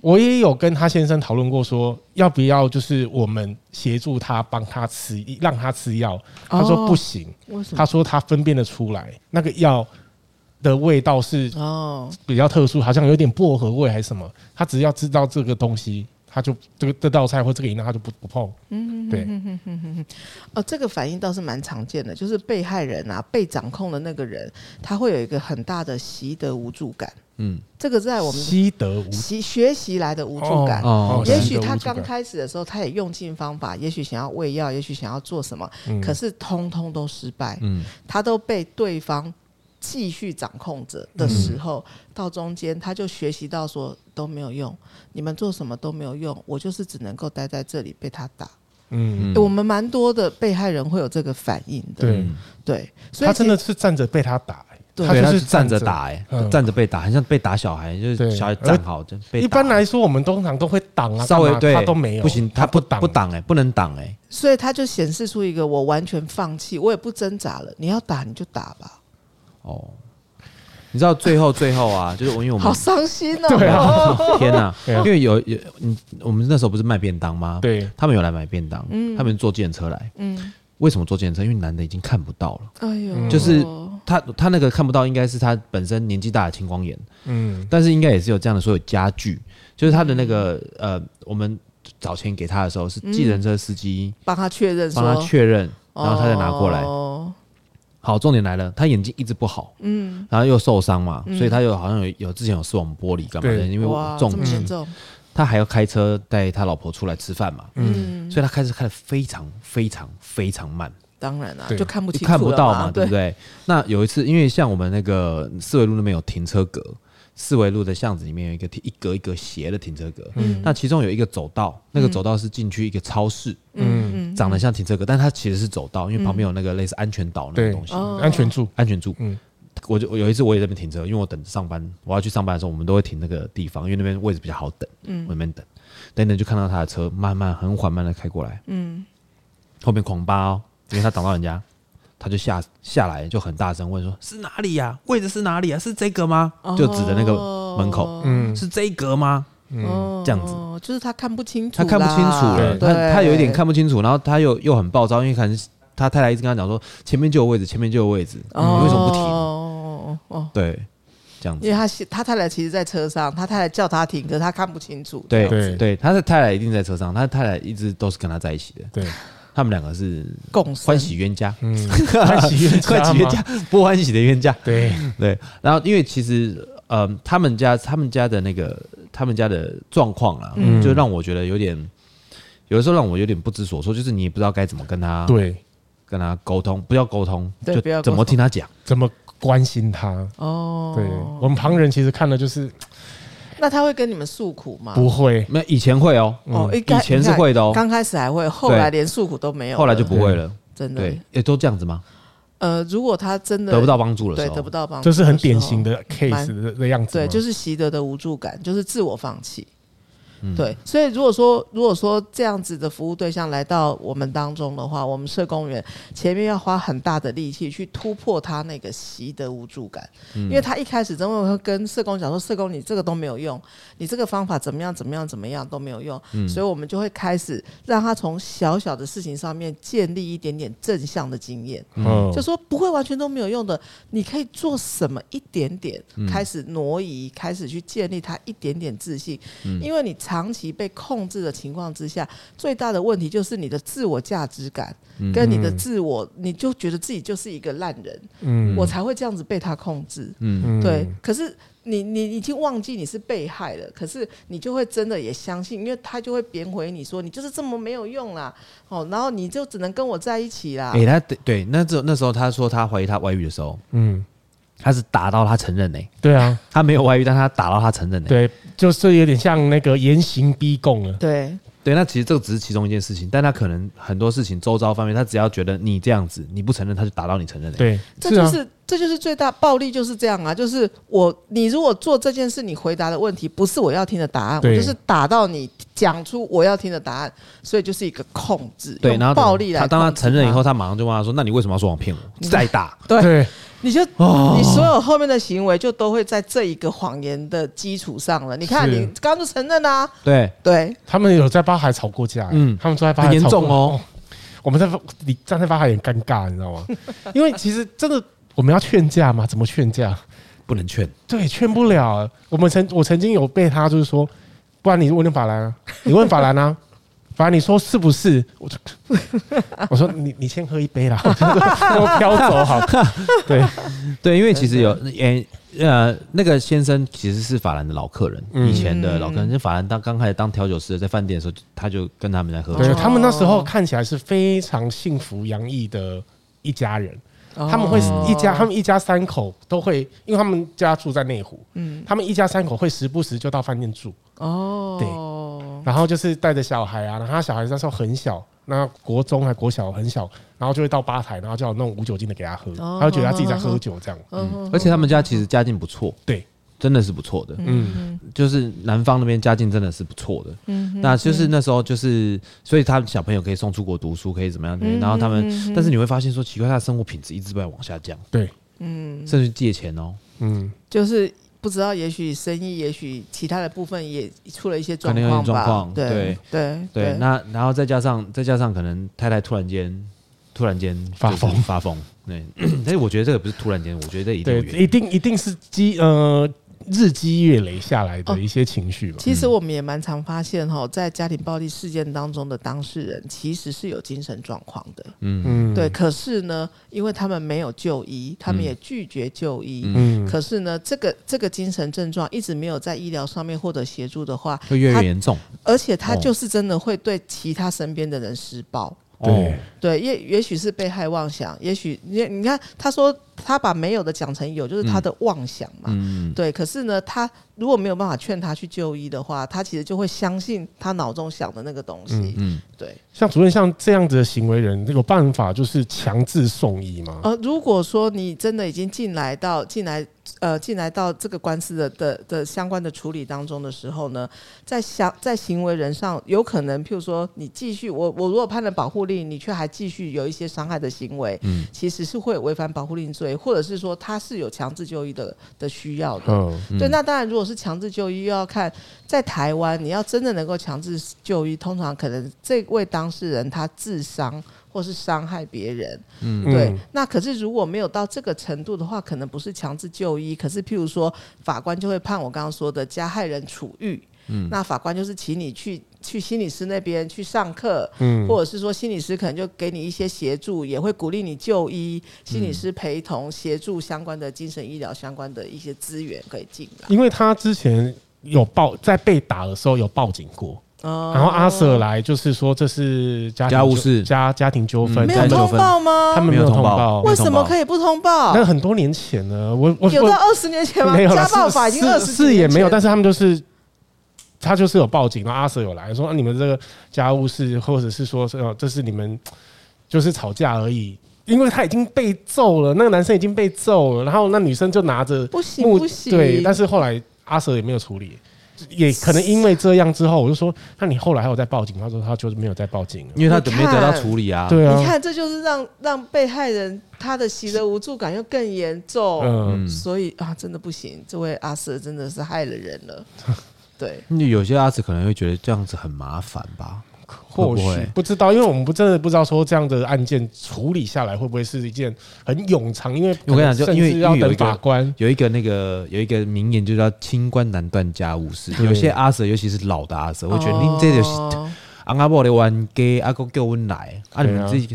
B: 我也有跟他先生讨论过说要不要就是我们协助他帮他吃，让他吃药。他说不行，
C: 为什
B: 他
C: 么？
B: 说他分辨得出来，那个药的味道是
C: 哦，
B: 比较特殊，好像有点薄荷味还是什么。他只要知道这个东西，他就这个这道菜或这个饮料他就不不碰。
C: 嗯
B: 对，
C: 哦，这个反应倒是蛮常见的，就是被害人啊，被掌控的那个人，他会有一个很大的习得无助感。
A: 嗯，
C: 这个在我们
B: 西德无
C: 习学习来的无助感。
A: 哦
C: 也
B: 习
C: 许
B: 得
C: 他
B: 无助
C: 刚
B: 感
C: 开始的时候，他也用尽方法，也许想要喂药，也许想要做什么，可是通通都失败。
A: 嗯
C: 他都被对方继续掌控着的时候，到中间他就学习到说都没有用，你们做什么都没有用，我就是只能够待在这里被他打。
B: 嗯，
A: 嗯
C: 欸我们蛮多的被害人会有这个反应的，
B: 对，
C: 对所以
B: 他真
C: 其
B: 的
C: 实
B: 是站着被他打、欸
C: 对
A: 对，
B: 就
A: 他
B: 是
A: 是站着打，哎
B: 嗯，
A: 站着被打，很像被打小孩，就
B: 对
A: 是小孩站好就被打。
B: 一般来说，我们通常都会挡啊，
A: 稍
B: 干
A: 微
B: 嘛
A: 对
B: 他都没有，
A: 不行，他不
B: 不挡
A: 不挡哎，不能挡哎，
C: 所以他就显示出一个我完全放弃，我也不挣扎了，你要打你就打吧，
A: 哦。你知道最后最后啊，就是我因为我
C: 好
A: 们
C: 伤心哦。
B: 对啊
A: 天哪，
B: 对啊
A: 因为有有嗯，我们那时候不是卖便当吗？，
B: 对，
A: 他们有来买便当，他们坐电车来，
C: 嗯，
A: 为什么坐电车？因为男的已经看不到了，
C: 哎呦，
A: 嗯就是他他那个看不到，应该是他本身年纪大的青光眼，
B: 嗯，
A: 但是应该也是有这样的所有家具，就是他的那个
C: 嗯
A: 呃，我们找钱给他的时候是计程车司机
C: 帮他确认说，
A: 帮他确认，然后他再拿过来，
C: 哦、
A: 好，重点来了，他眼睛一直不好，
C: 嗯，
A: 然后又受伤嘛，所以他又好像有有之前有视网玻璃干嘛的，
B: 对
A: 因
C: 哇，
A: 为重嗯
C: 这么
A: 击
C: 严，重，
A: 他还要开车带他老婆出来吃饭嘛，
C: 嗯，
A: 所以他开车开的非常非常非常慢，
C: 当然啦，
B: 对
C: 就看不
A: 你
C: 清
A: 看
C: 楚
A: 不
C: 了
A: 到
C: 嘛，
A: 嘛，对不对？那有一次，因为像我们那个四维路那边有停车格，四维路的巷子里面有一个停一格一格斜的停车格，
C: 嗯
A: 那其中有一个走道，那个走道是进去一个超市，
B: 嗯，
A: 长得像停车格，但它其实是走道，因为旁
C: 嗯
A: 边有那个类似安全岛那个
B: 对
A: 东西，，
C: 哦
B: 安全柱，
A: 安全柱。
B: 嗯
A: 我就我有一次我也在那边停车，因为我等上班，我要去上班的时候，我们都会停那个地方，因为那边位置比较好等。嗯，我在那边等，等一等就看到他的车慢慢很缓慢的开过来，
C: 嗯，
A: 后面狂扒哦，因为他挡到人家，他就下下来就很大声问说：“是哪里呀、位置是哪里呀、是这个吗？”就指着那个门口，
C: 哦
B: 嗯，
A: 是这一格吗？
C: 哦
A: 这样子
C: 哦就是他看不清楚
A: 嗯他
C: 啦，
A: 看不清楚了，
B: 对
A: 他他有一点
C: 对
A: 看不清楚，然后他又又很暴躁，因为可能是他太太一直跟他讲说：“前面就有位置，前面就有位置，
C: 哦
A: 你为什么不停？”
C: 哦哦哦，
A: 对，这样子
C: 因。为他他太太其实在车上，他太太叫他停，可是他看不清楚。
A: 对
B: 对
A: 对，他的太太一定在车上，他的太太一直都是跟他在一起的，
B: 对，
A: 他们两个是
C: 共生
A: 欢喜冤 家，
B: 嗯，快喜冤
A: 欢喜冤
B: 冤
A: 家，不欢喜的冤家。
B: 对，
A: 对，然后因为其实呃，他们家他们家的那个他们家的状况啦，
B: 嗯
A: 就让我觉得有点，有的时候让我有点不知所措，就是你也不知道该怎么跟他
B: 对，
A: 跟他沟通，不要沟通，
C: 对不要
A: 就
C: 沟
A: 怎么
C: 通
A: 听他讲。
B: 怎么关心他？
C: 哦，
B: 对我们旁人其实看了就是
C: 那他会跟你们诉苦吗？
B: 不会，嗯
A: 那以前会哦，
C: 哦，应该
A: 以前是会的
C: 你
A: 哦，
C: 看刚开始还会，后来连诉苦都没有了，
A: 后来就不会了。
C: 真的
A: 对，。也都这样子吗？
C: 呃，如果他真的
A: 得不到帮助的
C: 对
A: 时候，
C: 得不到帮助，
B: 这是很典型
C: 的时
B: 的 case 的的样子
C: 候。
B: 嘛。
C: 对，就是习得的无助感，就是自我放弃。
A: 嗯
C: 对，所以如果说如果说这样子的服务对象来到我们当中的话，我们社工员前面要花很大的力气去突破他那个习得无助感，
B: 嗯
C: 因为他一开始真的会跟社工讲说，社工你这个都没有用，你这个方法怎么样怎么样怎么样都没有用，
B: 嗯
C: 所以我们就会开始让他从小小的事情上面建立一点点正向的经验。
B: 嗯，
C: 就说不会完全都没有用的，你可以做什么一点点，开始挪移，开始去建立他一点点自信。因为你长期被控制的情况之下，最大的问题就是你的自我价值感跟你的自我，你就觉得自己就是一个烂人，
B: 嗯
C: 我才会这样子被他控制。
A: 嗯，
B: 嗯
C: 对，可是你你已经忘记你是被害了，可是你就会真的也相信，因为他就会贬回你说你就是这么没有用啦，哦，然后你就只能跟我在一起啦。
A: 哎、他对对，那时候那时候他说他怀疑他外遇的时候，
B: 嗯，
A: 他是打到他承认呢、
B: 对啊，
A: 他没有外遇，但他打到他承认呢、
B: 对，就是有点像那个严刑逼供了。
C: 对，
A: 对，那其实这个只是其中一件事情，但他可能很多事情周遭方面，他只要觉得你这样子，你不承认，他就打到你承认、欸。，
B: 对，
C: 这就是
B: 啊
C: 这就是最大暴力，就是这样啊！就是我，你如果做这件事，你回答的问题不是我要听的答案，我
B: 对
C: 就是打到你讲出我要听的答案，所以就是一个控制，
A: 对，
C: 用
A: 然后
C: 暴力来
A: 他
C: 控制
A: 当
C: 他
A: 他承认以后，，他马上就问他说：“那你为什么要说谎骗我？再打。
C: 对，
B: 啊对，
C: 你就、
A: 哦
C: 你所有后面的行为就都会在这一个谎言的基础上了。你看，
B: 是
C: 你刚刚就承认啦、啊，”
A: 对，
C: 对，
B: 他们有在巴海吵过架，
A: 嗯
B: 嗯，他们坐在巴海
A: 很严
B: 吵过
A: 重哦。
B: 我们在你站在巴海很尴尬，你知道吗？ 因为其实真的我们要劝架嘛，怎么劝架？
A: 不能劝。
B: 对，劝不了。我们曾我曾经有被他就是说，不然你问法兰啊，你问法兰啊，法兰你说是不是？我就我说你你先喝一杯啦，我真的让我飘走好。对，
A: 对，因为其实有诶、呃，那个先生其实是法兰的老客人，
B: 嗯
A: 以前的老客
C: 嗯
A: 人。就法兰当刚开始当调酒师的，在饭店的时候，他就跟他们在喝酒
B: 对。他们那时候看起来是非常幸福洋溢的一家人。他们会
C: 哦
B: 一家，他们一家三口都会，因为他们家住在内湖，嗯，他们一家三口会时不时就到饭店住，
C: 哦，
B: 然后就是带着小孩啊，然后他小孩那时候很小，那国中还国小很小，然后就会到吧台，然后叫我弄无酒精的给他喝，
C: 哦
B: 他就觉得他自己在喝酒这样，
A: 嗯，而且他们家其实家境不错，
B: 对，
A: 真的是不错的。
B: 嗯，
A: 就是南方那边家境真的是不错的，
C: 嗯
A: 那就是那时候就是，所以他小朋友可以送出国读书，可以怎么样？
C: 嗯
A: 然后他们，但是你会发现说，奇怪，他的生活品质一直在往下降，
B: 对，
C: 嗯
A: 甚至借钱哦，
B: 嗯，
C: 就是。不知道，也许生意，也许其他的部分也出了一些状
A: 可能有
C: 况
A: 点状
C: 吧
A: 况。
C: 对对
A: 对，那然后再加上再加上可能太太突然间突然间
B: 发
A: 就是
B: 疯
A: 发疯，对，但是我觉得这个不是突然间，我觉得一定有
B: 对，
A: 原因，
B: 一定一定是基呃日积月累下来
C: 哦
B: 的一嗯些情绪吧。
C: 其实我们也蛮常发现哈，在家庭暴力事件当中的当事人其实是有精神状况的，
B: 嗯，
C: 对。，可是呢，因为他们没有就医，他们也拒绝就医。
B: 嗯，
C: 可是呢，这个这个精神症状一直没有在医疗上面获得协助的话，
A: 会越
C: 他
A: 来越严重。
C: 而且他
A: 哦
C: 就是真的会对其他身边的人施暴。
B: 对
A: 哦，
C: 对，也也许是被害妄想，也许你你看，他说他把没有的讲成有，就是他的妄想嘛。
A: 嗯，
C: 对，可是呢，他如果没有办法劝他去就医的话，他其实就会相信他脑中想的那个东西。
A: 嗯
C: 对，
B: 像主任像这样子的行为人，有办法就是强制送医吗？
C: 呃，如果说你真的已经进来到进来呃进来到这个官司的的的相关的处理当中的时候呢，在想在行为人上有可能，譬如说你继续我我如果判了保护令，你却还继续有一些伤害的行为，
A: 嗯
C: 其实是会有违反保护令罪，或者是说他是有强制就医的的需要的。
B: 嗯，
A: 嗯
C: 对，那当然，如果是强制就医，又要看在台湾，你要真的能够强制就医，通常可能这位当事人他自伤或是伤害别人，
A: 嗯
C: 对。
B: 嗯
C: 那可是如果没有到这个程度的话，可能不是强制就医，可是譬如说法官就会判我刚刚说的加害人处遇，
A: 嗯
C: 那法官就是请你去去心理师那边去上课，
B: 嗯，
C: 或者是说心理师可能就给你一些协助，也会鼓励你就医，心
A: 嗯
C: 理师陪同协助相关的精神医疗相关的一些资源可以进来。
B: 因为他之前有报在被打的时候有报警过，
C: 哦
B: 然后阿 Sir 来就是说这是家庭
A: 家务
B: 纠
A: 事
B: 家家庭纠纷，
A: 嗯
C: 没
B: 他
A: 在
C: 有
B: 们
A: 纠
C: 通
A: 纷
C: 报吗？
B: 他们没有通报
C: 为什么可以不通报
B: 那？很多年前呢，我我
C: 有到
B: 我
C: 二十年前吗？
B: 没有啦
C: 家暴法已经二
B: 是
C: 十
B: 是是也没有，但
C: 是
B: 是他们就是他就是有报警，然后阿 Sir 有来说、啊、你们这个家务事，或者是说是哦这是你们就是吵架而已，因为他已经被揍了，那个男生已经被揍了，然后那女生就拿着
C: 不行
B: 木
C: 不行。
B: 对，但是后来阿 Sir 也没有处理。也可能因为这样之后，我就说，那你后来还有在报警？他说他就是没有在报警了。
A: 因为他等没得到处理啊。
B: 对啊，
C: 你看，这就是让让被害人他的习得无助感又更严重。
B: 嗯，
A: 嗯，
C: 所以啊，真的不行，这位阿 Sir 真的是害了人 了。对，
A: 那有些阿紫可能会觉得这样子很麻烦吧？
B: 或
A: 会不
B: 许
A: 会
B: 不知道，因为我们不真的不知道说这样的案件处理下来会不会是一件很冗长，因为
A: 我跟你讲就
B: 甚
A: 因为
B: 至
A: 因
B: 要
A: 为有
B: 等
A: 一个
B: 法官。
A: 有一个那个有一个名言就叫“清官难断家务事”，
B: 对
A: 有些阿 Sir，尤其是老的阿 Sir，会觉得
C: 哦
A: 您这就是啊阿阿伯的玩家，阿哥叫我来，啊你们
B: 对
A: 这个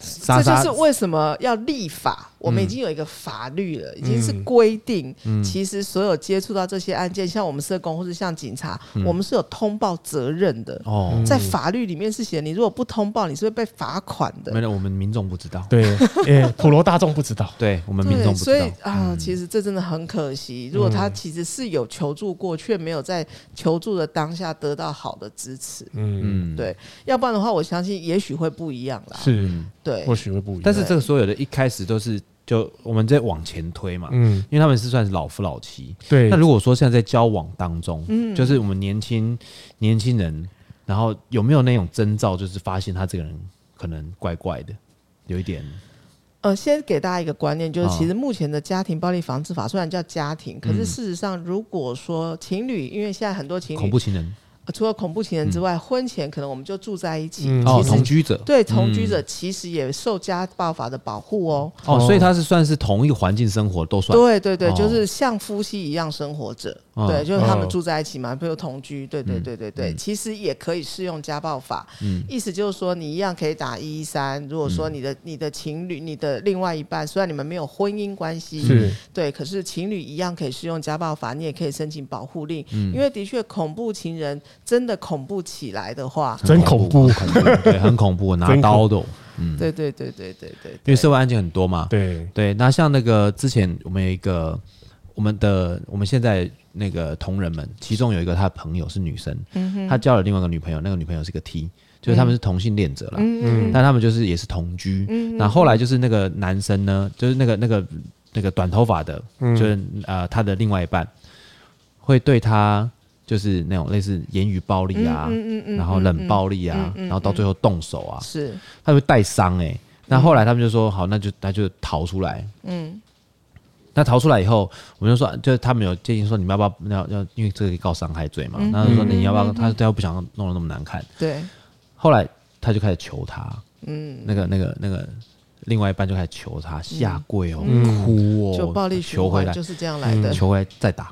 A: 杀
C: 这
A: 杀
C: 就是为什么要立法。
A: 嗯
C: 我们已经有一个法律了，已经是规定。其实所有接触到这些案件，像我们社工或是像警察，我们是有通报责任的。
A: 嗯哦，
B: 嗯
C: 在法律里面是写，你如果不通报，你是会被罚款
A: 没
C: 的。
A: 有，我们民众不知道，
B: 对，诶，普罗大众不知道。
A: 对我们民众
C: 对，
A: 不
C: 所
A: 知
C: 以
A: 道，嗯
C: 啊，其实这真的很可惜。如果他其实是有求助过，却没有在求助的当下得到好的支持，
B: 嗯，
A: 嗯，
C: 对，要不然的话，我相信也许会不一样啦。
B: 是，
C: 对，
B: 或许会不一样。
A: 但是这个所有的一开始都是就我们在往前推嘛，
B: 嗯，
A: 因为他们是算是老夫老妻，
B: 对
A: 那，如果说现在在交往当中，
C: 嗯
A: 就是我们年轻年轻人，然后有没有那种征兆，就是发现他这个人可能怪怪的，有一点，
C: 呃，先给大家一个观念，就是
A: 啊嗯
C: 其实目前的家庭暴力防治法虽然叫家庭，可是事实上，如果说情侣，因为现在很多情
A: 恐
C: 侣、
A: 怖情嗯人
C: 呃除了恐怖情人之外，婚前可能我们就住在一起，
B: 嗯
A: 哦，
C: 其
A: 同
C: 实
A: 居者
C: 对同居
A: 嗯
C: 者其实也受家暴法的保护哦。
A: 哦，所以他是算是同一个环境生活都算，
C: 对对对，
A: 哦
C: 就是像夫妻一样生活者，
A: 哦嗯
C: 对，就是他
B: 哦
C: 们住在一起嘛，比如同居，对对对对对，其实也可以适用家暴法，意思就是说你一样可以打一一三，如果
A: 嗯
C: 说你的你的情侣、你的另外一半，虽然你们没有婚姻关系，
B: 是
C: 对，可是情侣一样可以适用家暴法，你也可以申请保护令，
A: 嗯
C: 因为的确恐怖情人真的恐怖起来的话，
A: 很
B: 真恐怖
A: 很恐怖，对，很恐怖，拿
B: 真恐
A: 刀的哦，
C: 对对对对对对
A: 因为社会案件很多嘛，
B: 对，
A: 对，那像那个之前我们有一个我们的我们现在那个同仁们，其中有一个他的朋友是女生，他交了另外一个女朋友，那个女朋友是个 T，就是他们是同性恋者啦，但他们就是也是同居。那后来就是那个男生呢，就是那个那个那个短头发的，就是呃他的另外一半会对他。就是那种类似言语暴力啊，然后冷暴力啊，然后到最后动手啊，
C: 是
A: 他会带伤哎。
C: 嗯
A: 那后来他们就说好，那就那就逃出来。嗯，那逃出来以后，我们就说，就是他们有建议说，你们要不要要要，因为这个告伤害罪嘛，
C: 嗯
A: 然后就说你要不要，他他又不想弄得那么难看。
C: 对，
A: 后来他就开始求他，嗯，那个那个那个另外一半就开始求他下跪哦，哭哦，
C: 嗯就暴力循
A: 求回
C: 环
A: 来，嗯
C: 就是这样来的，
A: 求回来再打，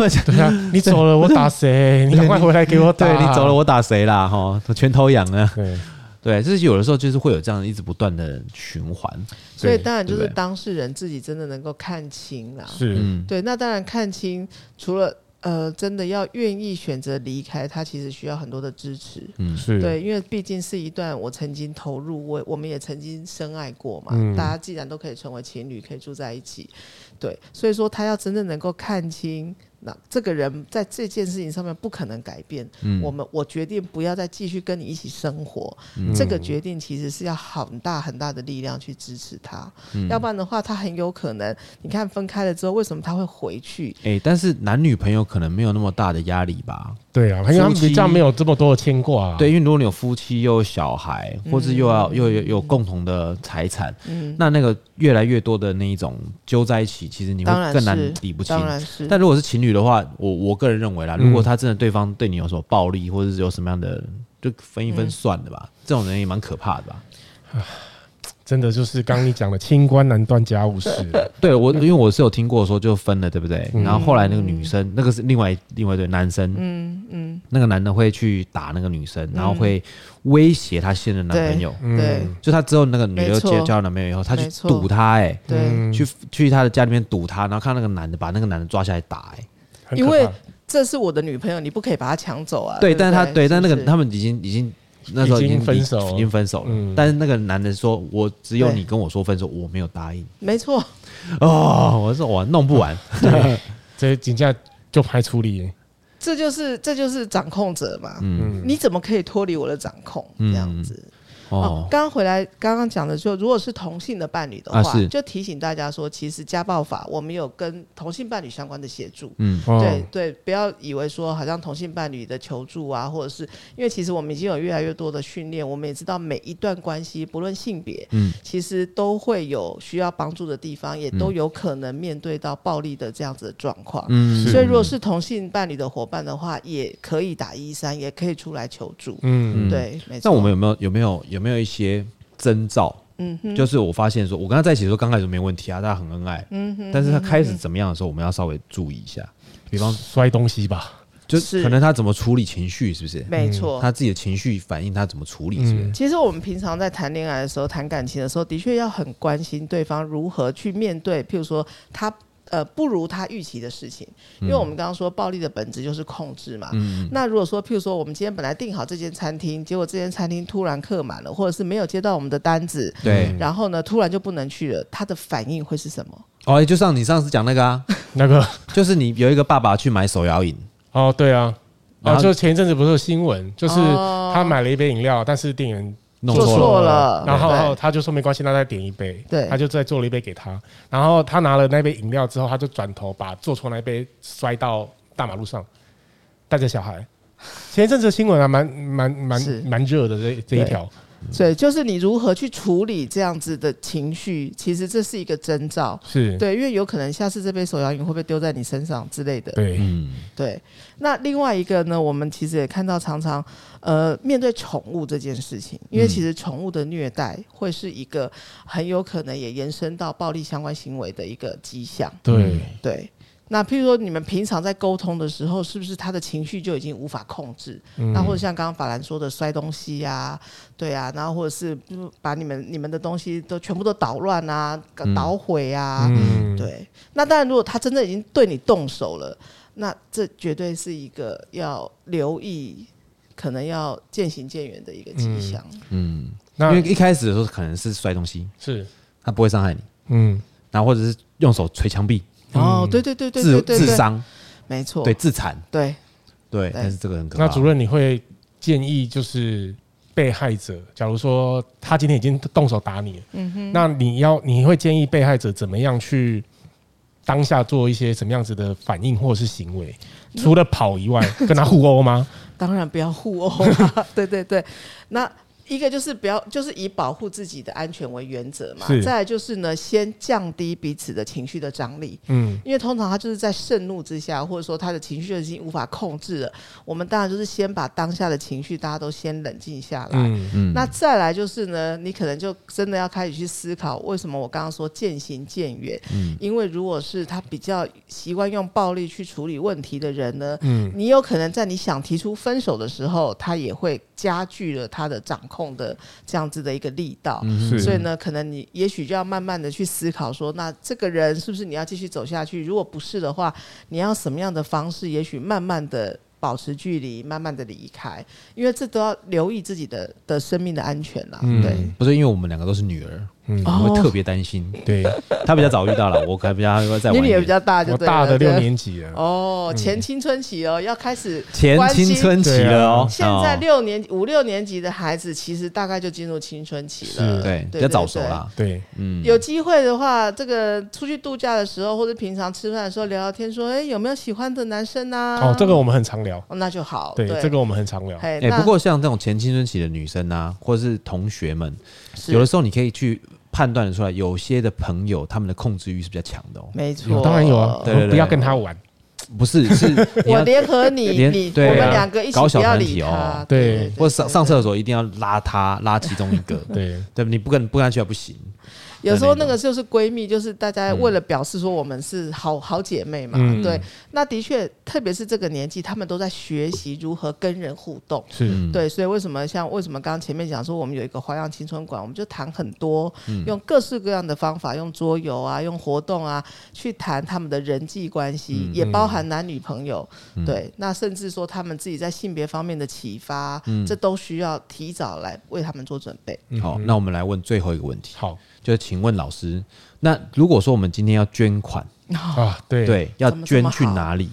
A: 我想
B: 对啊，你走了我打谁？你赶快回来给我打。
A: 对你走了，我打谁啦？哈，拳头痒啊。
B: 对，
A: 对，这是有的时候就是会有这样一直不断的循环。
C: 所以
B: 对
C: 当然就
A: 对
C: 是
A: 不对
C: 当事人自己真的能够看清啦。
B: 是
A: 嗯，
C: 对，那当然看清，除了呃，真的要愿意选择离开，他其实需要很多的支持。
A: 嗯
B: 是，
C: 对，因为毕竟是一段我曾经投入，我我们也曾经深爱过嘛。
B: 嗯
C: 大家既然都可以成为情侣，可以住在一起，对，所以说他要真正能够看清，那这个人在这件事情上面不可能改变。
A: 嗯
C: 我们我决定不要再继续跟你一起生活，
B: 嗯
C: 这个决定其实是要很大很大的力量去支持他，
B: 嗯
A: 嗯
C: 要不然的话，他很有可能，你看分开了之后，为什么他会回去？
A: 哎、但是男女朋友可能没有那么大的压力吧？
B: 对啊，因为他们
A: 夫妻
B: 比较没有这么多的牵挂啊。
A: 对，因为如果你有夫妻又有小孩，或是又要又有有共同的财产，
C: 嗯，
A: 那那个越来越多的那一种揪在一起，其实你
C: 当然
A: 会更难
C: 是
A: 理不清
C: 当。然是，
A: 但如果是情侣的话，我我个人认为啦，
B: 嗯
A: 如果他真的对方对你有所暴力，或者是有什么样的，就分一分
C: 嗯
A: 算了吧。这种人也蛮可怕的吧？
B: 真的就是刚刚你讲的清官难断家 务事。
A: 对
C: 嗯
A: 我，因为我是有听过说就分了，对不对？
B: 嗯
A: 然后后来那个女生，那个是另外另外一对男生，
C: 嗯嗯，
A: 那个男的会去打那个女生，然后会威胁她现任男朋友。
B: 嗯
C: 对
A: 就她之后那个女的又
C: 没
A: 结
C: 错
A: 交男朋友以后，她去
C: 没错
A: 堵她、欸，
C: 对，
B: 嗯
A: 去去她的家里面堵她，然后看那个男的把那个男的抓下来打、欸，
B: 很
C: 因
B: 可
C: 为
B: 怕
C: 这是我的女朋友，你不可以把她抢走啊。
A: 对，
C: 不
A: 但是她对，
C: 对，
A: 但那
C: 是
A: 个
C: 不是
A: 他们已经已经那时候
B: 已
A: 已
B: 经
A: 经
B: 分手
A: 已经分手了。
B: 嗯
A: 但是那个男的说：“我只有
C: 对
A: 你跟我说分手，我没有答应。
C: 没错，”
A: 哦，我说我弄不完。
B: 这警价就拍处理。
C: 这就是这就是掌控者嘛。
A: 嗯，
B: 嗯，
C: 你怎么可以脱离我的掌控？
A: 嗯
C: 这样子哦
A: 哦，，
C: 刚刚回来，刚刚讲的就，如果是同性的伴侣的
A: 啊
C: 话，
A: 是
C: 就提醒大家说，其实家暴法我们有跟同性伴侣相关的协助，
A: 嗯
B: 哦
C: 对对，不要以为说好像同性伴侣的求助啊，或者是因为其实我们已经有越来越多的训练，我们也知道每一段关系不论性别，
A: 嗯
C: 其实都会有需要帮助的地方，也都有可能面对到暴力的这样子的状况。
A: 嗯，
C: 所以，如果是同性伴侣的伙伴的话，也可以打一三，也可以出来求助。
B: 嗯
A: 嗯
C: 对，没错。
A: 那我们有没有有没有有没有一些征兆？
C: 嗯哼，
A: 就是我发现说，我跟他在一起的时候，刚开始没问题啊，大家很恩爱。
C: 嗯哼，
A: 但是他开始怎么样的时候，我们要稍微注意一下。比方，
B: 摔东西吧，
A: 就是可能他怎么处理情绪，是不是？
C: 没错。
A: 他自己的情绪反应，他怎么处理，是不
B: 嗯
A: 是？
C: 其实我们平常在谈恋爱的时候、谈感情的时候，的确要很关心对方如何去面对，譬如说他呃不如他预期的事情，因为我们刚刚说暴力的本质就是控制嘛。
A: 嗯
C: 那如果说，譬如说，我们今天本来订好这间餐厅，结果这间餐厅突然客满了，或者是没有接到我们的单子，
B: 嗯
A: 对。
C: 然后呢，突然就不能去了，他的反应会是什么？
A: 哦，就像你上次讲那个啊，
B: 那个
A: 就是你有一个爸爸去买手摇饮，
B: 哦，对啊，
A: 然
B: 哦，
A: 后
B: 就前一阵子不是有新闻，就是
C: 哦
B: 他买了一杯饮料，但是店员，
A: 弄
C: 做
A: 了。
C: 错了，
B: 然
C: 对
B: 后他就说没关系，那再点一杯，
C: 对
B: 他就再做了一杯给他，然后他拿了那杯饮料之后，他就转头把做错那杯摔到大马路上，带着小孩。前一阵子的新闻啊，蛮蛮蛮
C: 是
B: 蛮热的这这一条，
C: 所以就是你如何去处理这样子的情绪，其实这是一个征兆。
B: 是，
C: 对，因为有可能下次这杯手摇饮会不会丢在你身上之类的。
B: 对，
A: 嗯，
C: 对，那另外一个呢，我们其实也看到常常，呃，面对宠物这件事情，因为
A: 嗯
C: 其实宠物的虐待会是一个很有可能也延伸到暴力相关行为的一个迹象。
A: 嗯
B: 对，
C: 对，那譬如说你们平常在沟通的时候，是不是他的情绪就已经无法控制？那或者像刚刚法兰说的摔东西呀、对啊，然后或者是嗯把你们你们的东西都全部都捣乱啊、捣毁啊，
B: 嗯，
C: 对。那当然，如果他真的已经对你动手了，那这绝对是一个要留意。可能要渐行渐远的一个
A: 嗯
C: 迹象，
A: 因为
B: 那
A: 一开始的时候可能是摔东西，
B: 是，
A: 他不会伤害你，
B: 嗯，
A: 然后或者是用手捶墙壁，
C: 哦，对对对
A: 嗯
C: 对
A: 自
C: 对对
A: 自
C: 对，
A: 伤，
C: 没错，
A: 对，自残，
C: 对
A: 对。
C: 对
A: 但是这个很可怕。
B: 那主任，你会建议就是被害者，假如说他今天已经动手打你了，嗯哼，那你要你会建议被害者怎么样去当下做一些什么样子的反应或者是行为？ 除了跑以外，跟他互殴吗？
C: 啊 当然不要互殴啦，对对对。那一个就是不要，就是以保护自己的安全为原则嘛
B: 是。
C: 再来就是呢，先降低彼此的情绪的张力，
B: 嗯，
C: 因为通常他就是在盛怒之下，或者说他的情绪已经无法控制了。我们当然就是先把当下的情绪大家都先冷静下来。
B: 嗯
C: 那再来就是呢，你可能就真的要开始去思考，为什么我刚刚说渐行渐远？
B: 嗯
C: 因为如果是他比较习惯用暴力去处理问题的人呢，
B: 嗯，
C: 你有可能在你想提出分手的时候，他也会加剧了他的掌控的这样子的一个力道。
A: 嗯
B: 是
C: 啊所以呢，可能你也许就要慢慢的去思考说，那这个人是不是你要继续走下去？如果不是的话，你要什么样的方式？也许慢慢的保持距离，慢慢的离开，因为这都要留意自己的的生命的安全啦。
B: 嗯
C: 对，
A: 不是因为我们两个都是女儿，
B: 嗯
A: 我
C: 哦
A: 们会特别担心。
B: 对，
A: 她比较早遇到了，我可能比较 会再
C: 因为
A: 晚
C: 你
A: 一
C: 也比
A: 点。
C: 较大，就
B: 我
C: 对了
B: 大的
C: 对
B: 六年级啊了，
C: 哦，
A: 嗯
C: 前青春期哦，要开始
A: 前
C: 关心啊
A: 青春期了哦，
C: 现在
A: 哦
C: 六年五六年级的孩子，其实大概就进入青春期了，
B: 是
A: 对比
C: 对
A: 较早熟啦。
B: 对，
A: 嗯，
C: 有机会的话，这个出去度假的时候，或者平常吃饭的时候聊聊天，说，哎、有没有喜欢的男生啊？
B: 哦，这个我们很常聊，
C: 哦那就好。
B: 对，这个我们很常聊，
C: 哎、
A: 哎，
C: 那
A: 不过像这种前青春期的女生啊，或者是同学们，
C: 是
A: 有的时候你可以去判断得出来，有些的朋友他们的控制欲是比较强的哦。
C: 没错
B: 有，当然有啊，
A: 对对对
B: 不要跟他玩，
A: 不是，是 你
C: 我
A: 要
C: 联合你，
A: 连
C: 你我
A: 对啊
C: 们两个一起
A: 搞
C: 不
A: 小
C: 要
A: 团
C: 理
A: 体哦
C: 他，
B: 对
A: 或
C: 嗯
A: 上上厕所一定要拉他拉其中一个，
B: 对，
A: 对，你不跟不跟他去还不行。
C: 有时候那个就是闺蜜，就是大家为了表示说我们
A: 嗯
C: 是好好姐妹嘛，
B: 嗯
C: 对。那的确，特别是这个年纪，她们都在学习如何跟人互动。
B: 是，
A: 嗯
C: 对，所以为什么像为什么刚刚前面讲说我们有一个花样青春馆，我们就谈很多，
A: 嗯
C: 用各式各样的方法，用桌游啊，用活动啊，去谈他们的人际关系，
A: 嗯
C: 也包含男女朋友，对，那甚至说他们自己在性别方面的启发，
A: 嗯
C: 这都需要提早来为他们做准备。
A: 好，那我们来问最后一个问题，
B: 好
A: 就是请问老师，那如果说我们今天要捐款，
B: 啊，对
A: 对，要
C: 怎么这
A: 捐
C: 么
A: 去
C: 好
A: 哪 里？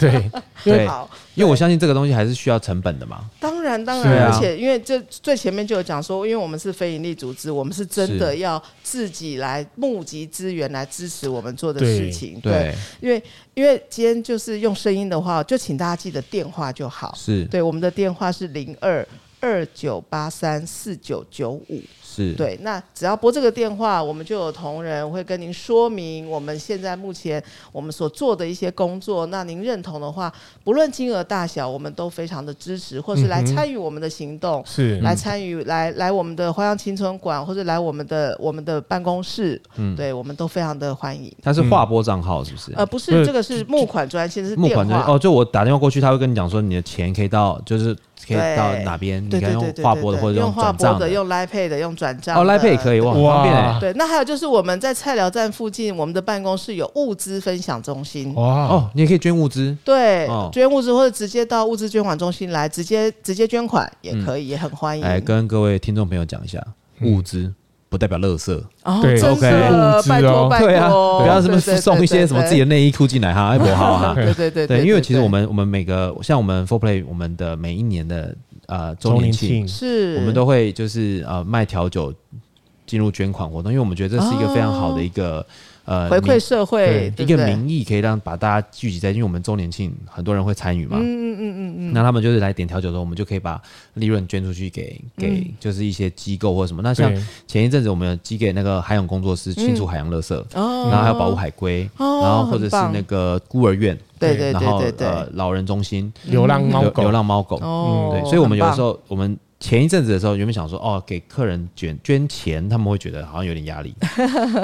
B: 对，
A: 对
C: 好，
A: 因为我相信这个东西还是需要成本的嘛。
C: 当然，当
A: 是
C: 然，
A: 啊
C: 而且因为这最前面就有讲说，因为我们是非营利组织，我们是真的
A: 是
C: 要自己来募集资源来支持我们做的事情。
A: 对，
C: 因为因为今天就是用声音的话，就请大家记得电话就好。
A: 是
C: 对，我们的电话是零二二九八三四九九五。
A: 是，
C: 对，那只要拨这个电话，我们就有同仁会跟您说明我们现在目前我们所做的一些工作。那您认同的话，不论金额大小，我们都非常的支持，或是来
B: 嗯哼嗯
C: 参与我们的行动。
B: 是，
C: 来参与，来来我们的花样青春馆，或者来我们的我们的办公室，对我们都非常的欢迎。
A: 它是
B: 嗯
A: 划拨账号是不是？
C: 呃，
B: 不
C: 不是，
B: 是
C: 这个是募款专线，是
A: 募
C: 电
A: 款的
C: 话
A: 哦，就我打电话过去，他会跟你讲说你的钱可以到，就是可以
C: 对
A: 到哪边，你
C: 对
A: 可以
C: 对
A: 用
C: 对对
A: 划
C: 对
A: 拨的
C: 对
A: 或者
C: 用划
A: 转
C: 拨
A: 账
C: 的，用 Line Pay 的，用转账
A: 哦
C: 的
A: ，Line Pay 也可以，哇，很
B: 哇
A: 方便欸
C: 对，那还有就是我们在菜鸟站附近，我们的办公室有物资分享中心。
B: 哇哦，
A: 哦，你也可以捐物资，
C: 对，
A: 哦
C: 捐物资或者直接到物资捐款中心来，直接直接捐款也可以，也很欢迎。
A: 哎，跟各位听众朋友讲一下，
B: 嗯
A: 物资不代表垃圾，
C: 哦，
B: 对
C: 真
A: OK
C: 的
B: 物，资
C: 拜托
B: 哦
C: 拜
A: 对啊，
C: 托，
A: 不要什么
C: 对对
A: 送一些什么自己的内衣裤进来哈，哎，不好 哈。
C: 对对对
A: 对，因为其实我们我们每个像我们 Four Play 我们的每一年的呃周
B: 周年
A: 年庆
B: 庆，
C: 是
A: 我们都会就是呃卖调酒进入捐款活动，因为我们觉得这是一个非常好的一个、呃
C: 哦回馈
A: 民
C: 社会，对
A: 一个
C: 不对
A: 名义，可以让把大家聚集在，因为我们周年庆很多人会参与嘛。
C: 嗯嗯嗯嗯嗯，
A: 那他们就是来点调酒的时候，我们就可以把利润捐出去给
C: 嗯
A: 给就是一些机构或什么。那像
B: 对
A: 前一阵子我们有寄给那个海洋工作室清除海洋垃圾，
C: 嗯哦，
A: 然后还有保护海龟，
C: 哦
A: 然后或者
C: 很
A: 是
C: 棒
A: 那个孤儿院，
C: 对对
A: 然
C: 对
A: 后
C: 对对，
A: 呃老人中心、
B: 流浪猫
A: 流
B: 狗，
A: 流浪猫狗，
C: 哦，
A: 嗯对，所以我们有
C: 很
A: 的
C: 棒
A: 时候，我们前一阵子的时候，原本想说，哦，给客人捐捐钱，他们会觉得好像有点压 力，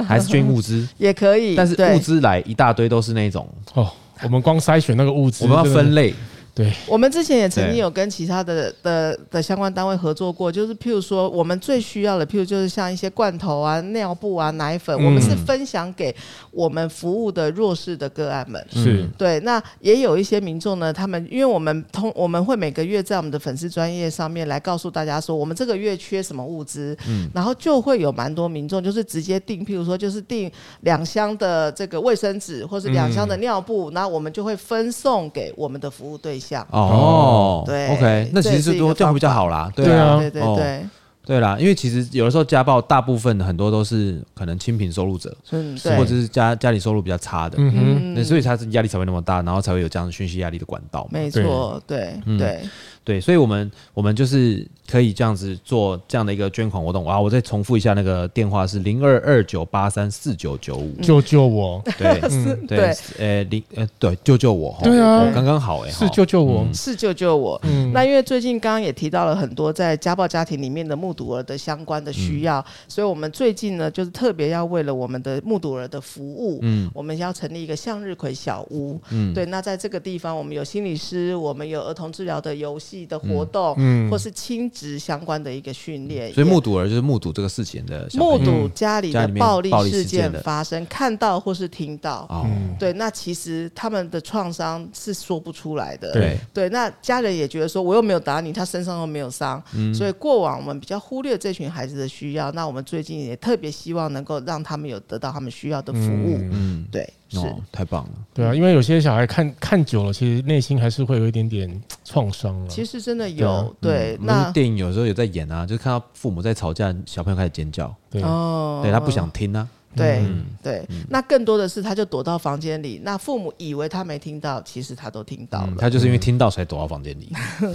A: 还是捐物资。
C: 也可以，
A: 但是
C: 对
A: 物资来一大堆都是那种，
B: 哦，我们光筛选那个物资，
A: 我们要
B: 真的
A: 分类，
B: 对，
C: 我们之前也曾经
A: 对
C: 有跟其他的的的相关单位合作过，就是譬如说我们最需要的，譬如就是像一些罐头啊、尿布啊、奶粉，
B: 嗯
C: 我们是分享给我们服务的弱势的个案们。
B: 是
A: 嗯
C: 对，那也有一些民众呢，他们因为我们通我们会每个月在我们的粉丝专业上面来告诉大家说，我们这个月缺什么物资，
A: 嗯
C: 然后就会有蛮多民众就是直接订，譬如说就是订两箱的这个卫生纸或是两
A: 嗯
C: 箱的尿布，那、我们就会分送给我们的服务对象。
A: 哦，
C: 对
A: ，OK，那其实
C: 这也是
A: 就
C: 一个
A: 多这样会比较好啦，
B: 法
A: 啊，
C: 对对
A: 哦
C: 对，
A: 对啦，因为其实有的时候家暴大部分很多都是可能清贫收入者，
C: 嗯，对，
A: 或者是家家里收入比较差的，
B: 嗯哼，
A: 那所以他是压力才会那么大，然后才会有这样的讯息压力的管道嘛。
C: 没错，对对
A: 对，所以我们我们就是可以这样子做这样的一个捐款活动。哇，我再重复一下，那个电话是零二二九八三四九九五。
B: 救救我！
A: 对
C: 嗯 是
A: 对，呃零呃对，救救我！吼
B: 对啊
A: 我刚刚好哎，
B: 是
A: 吼
B: 救救我！
C: 是救救我。
B: 嗯
C: 那因为最近刚刚也提到了很多在家暴家庭里面的目睹儿的相关的需要，
A: 嗯
C: 所以我们最近呢，就是特别要为了我们的目睹儿的服务，
A: 嗯
C: 我们要成立一个向日葵小屋。
A: 嗯
C: 对，那在这个地方，我们有心理师，我们有儿童治疗的游戏的活动，
B: 嗯
C: 或是亲职相关的一个训练。
A: 所以
C: 也
A: 目睹儿就是目睹这个事情的小朋友
C: 目
A: 嗯
C: 睹家里
A: 家
C: 的
A: 里面
C: 暴力
A: 暴力
C: 事
A: 事件
C: 件
A: 的
C: 发生，看到或是听到，
A: 哦，
B: 嗯，
C: 对，那其实他们的创伤是说不出来的。
A: 对，
C: 对，那家人也觉得说，我又没有打你，他身上又没有伤，
A: 嗯
C: 所以过往我们比较忽略这群孩子的需要。那我们最近也特别希望能够让他们有得到他们需要的服务。
A: 嗯，
C: 对，是、
A: 哦，太棒了，
B: 对啊，因为有些小孩看看久了，其实内心还是会有一点点创伤了。
C: 其实真的
B: 对啊
C: 有对，
A: 嗯我
C: 那
A: 们电影有时候也在演啊，就是看到父母在吵架，小朋友开始尖叫，
B: 对，
C: 哦
A: 对他不想听啊，
C: 对、对，
A: 嗯
C: 那更多的是他就躲到房间里，那父母以为他没听到，其实他都听到了。
A: 嗯他就是因为听到才躲到房间里。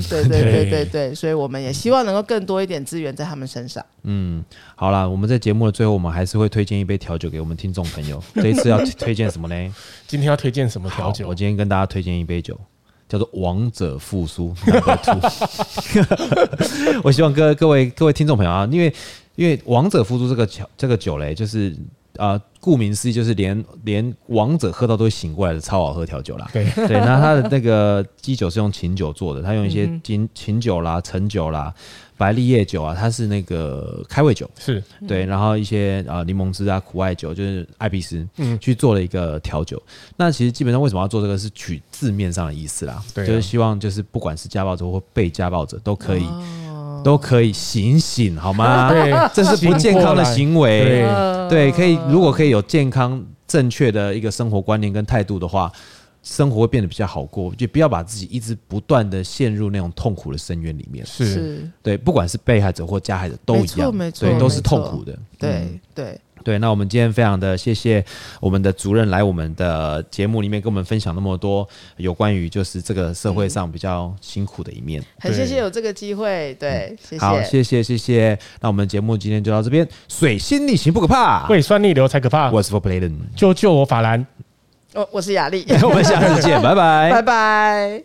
C: 对对对
B: 对
C: 对对，所以我们也希望能够更多一点资源在他们身上。
A: 嗯，好啦，我们在节目的最后，我们还是会推荐一杯调酒给我们听众朋友。这一次要推荐什么呢？
B: 今天要推荐什么调
A: 好，
B: 酒
A: 我？今天跟大家推荐一杯酒，叫做《王者复苏》Number Two。我 希望各各位各位听众朋友啊，因为因为《王者复苏》这个酒这个酒嘞，就是啊，呃顾名思义，就是连连王者喝到都会醒过来的超好喝调酒啦。
B: 对
A: 对，那它的那个基酒是用琴酒做的，它用一
B: 嗯
A: 些琴琴酒啦、陈酒啦、白丽叶酒啊，它是那个开胃酒。
B: 是
A: 对，然后一些呃柠檬汁啊、苦艾酒，就是艾必斯，
B: 嗯
A: 去做了一个调酒。那其实基本上为什么要做这个，是取字面上的意思啦，
B: 对啊
A: 就是希望就是不管是家暴者或被家暴者都可以。都可以醒醒好吗？
B: 哦对
A: 这是不健康的行为对，
B: 对。
A: 可以，如果可以有健康正确的一个生活观念跟态度的话，生活会变得比较好过，就不要把自己一直不断的陷入那种痛苦的深渊里面。
B: 是，
A: 对，不管是被害者或加害者都一样，
C: 没错没错
A: 对，都是
C: 没错
A: 痛苦的。嗯
C: 对对，
A: 对，那我们今天非常的谢谢我们的主任来我们的节目里面跟我们分享那么多有关于就是这个
C: 嗯
A: 社会上比较辛苦的一面。
C: 很谢谢
B: 对
C: 有这个机会，对，谢
A: 嗯好，
C: 谢。
A: 谢谢谢谢。那我们节目今天就到这边，水星逆行不可怕。
B: 胃酸逆流才可怕。
A: 啊我是 For Bladen，
B: 救救我，法兰。
C: 哦 我我是雅丽，
A: 我们下次见，拜拜
C: 拜拜。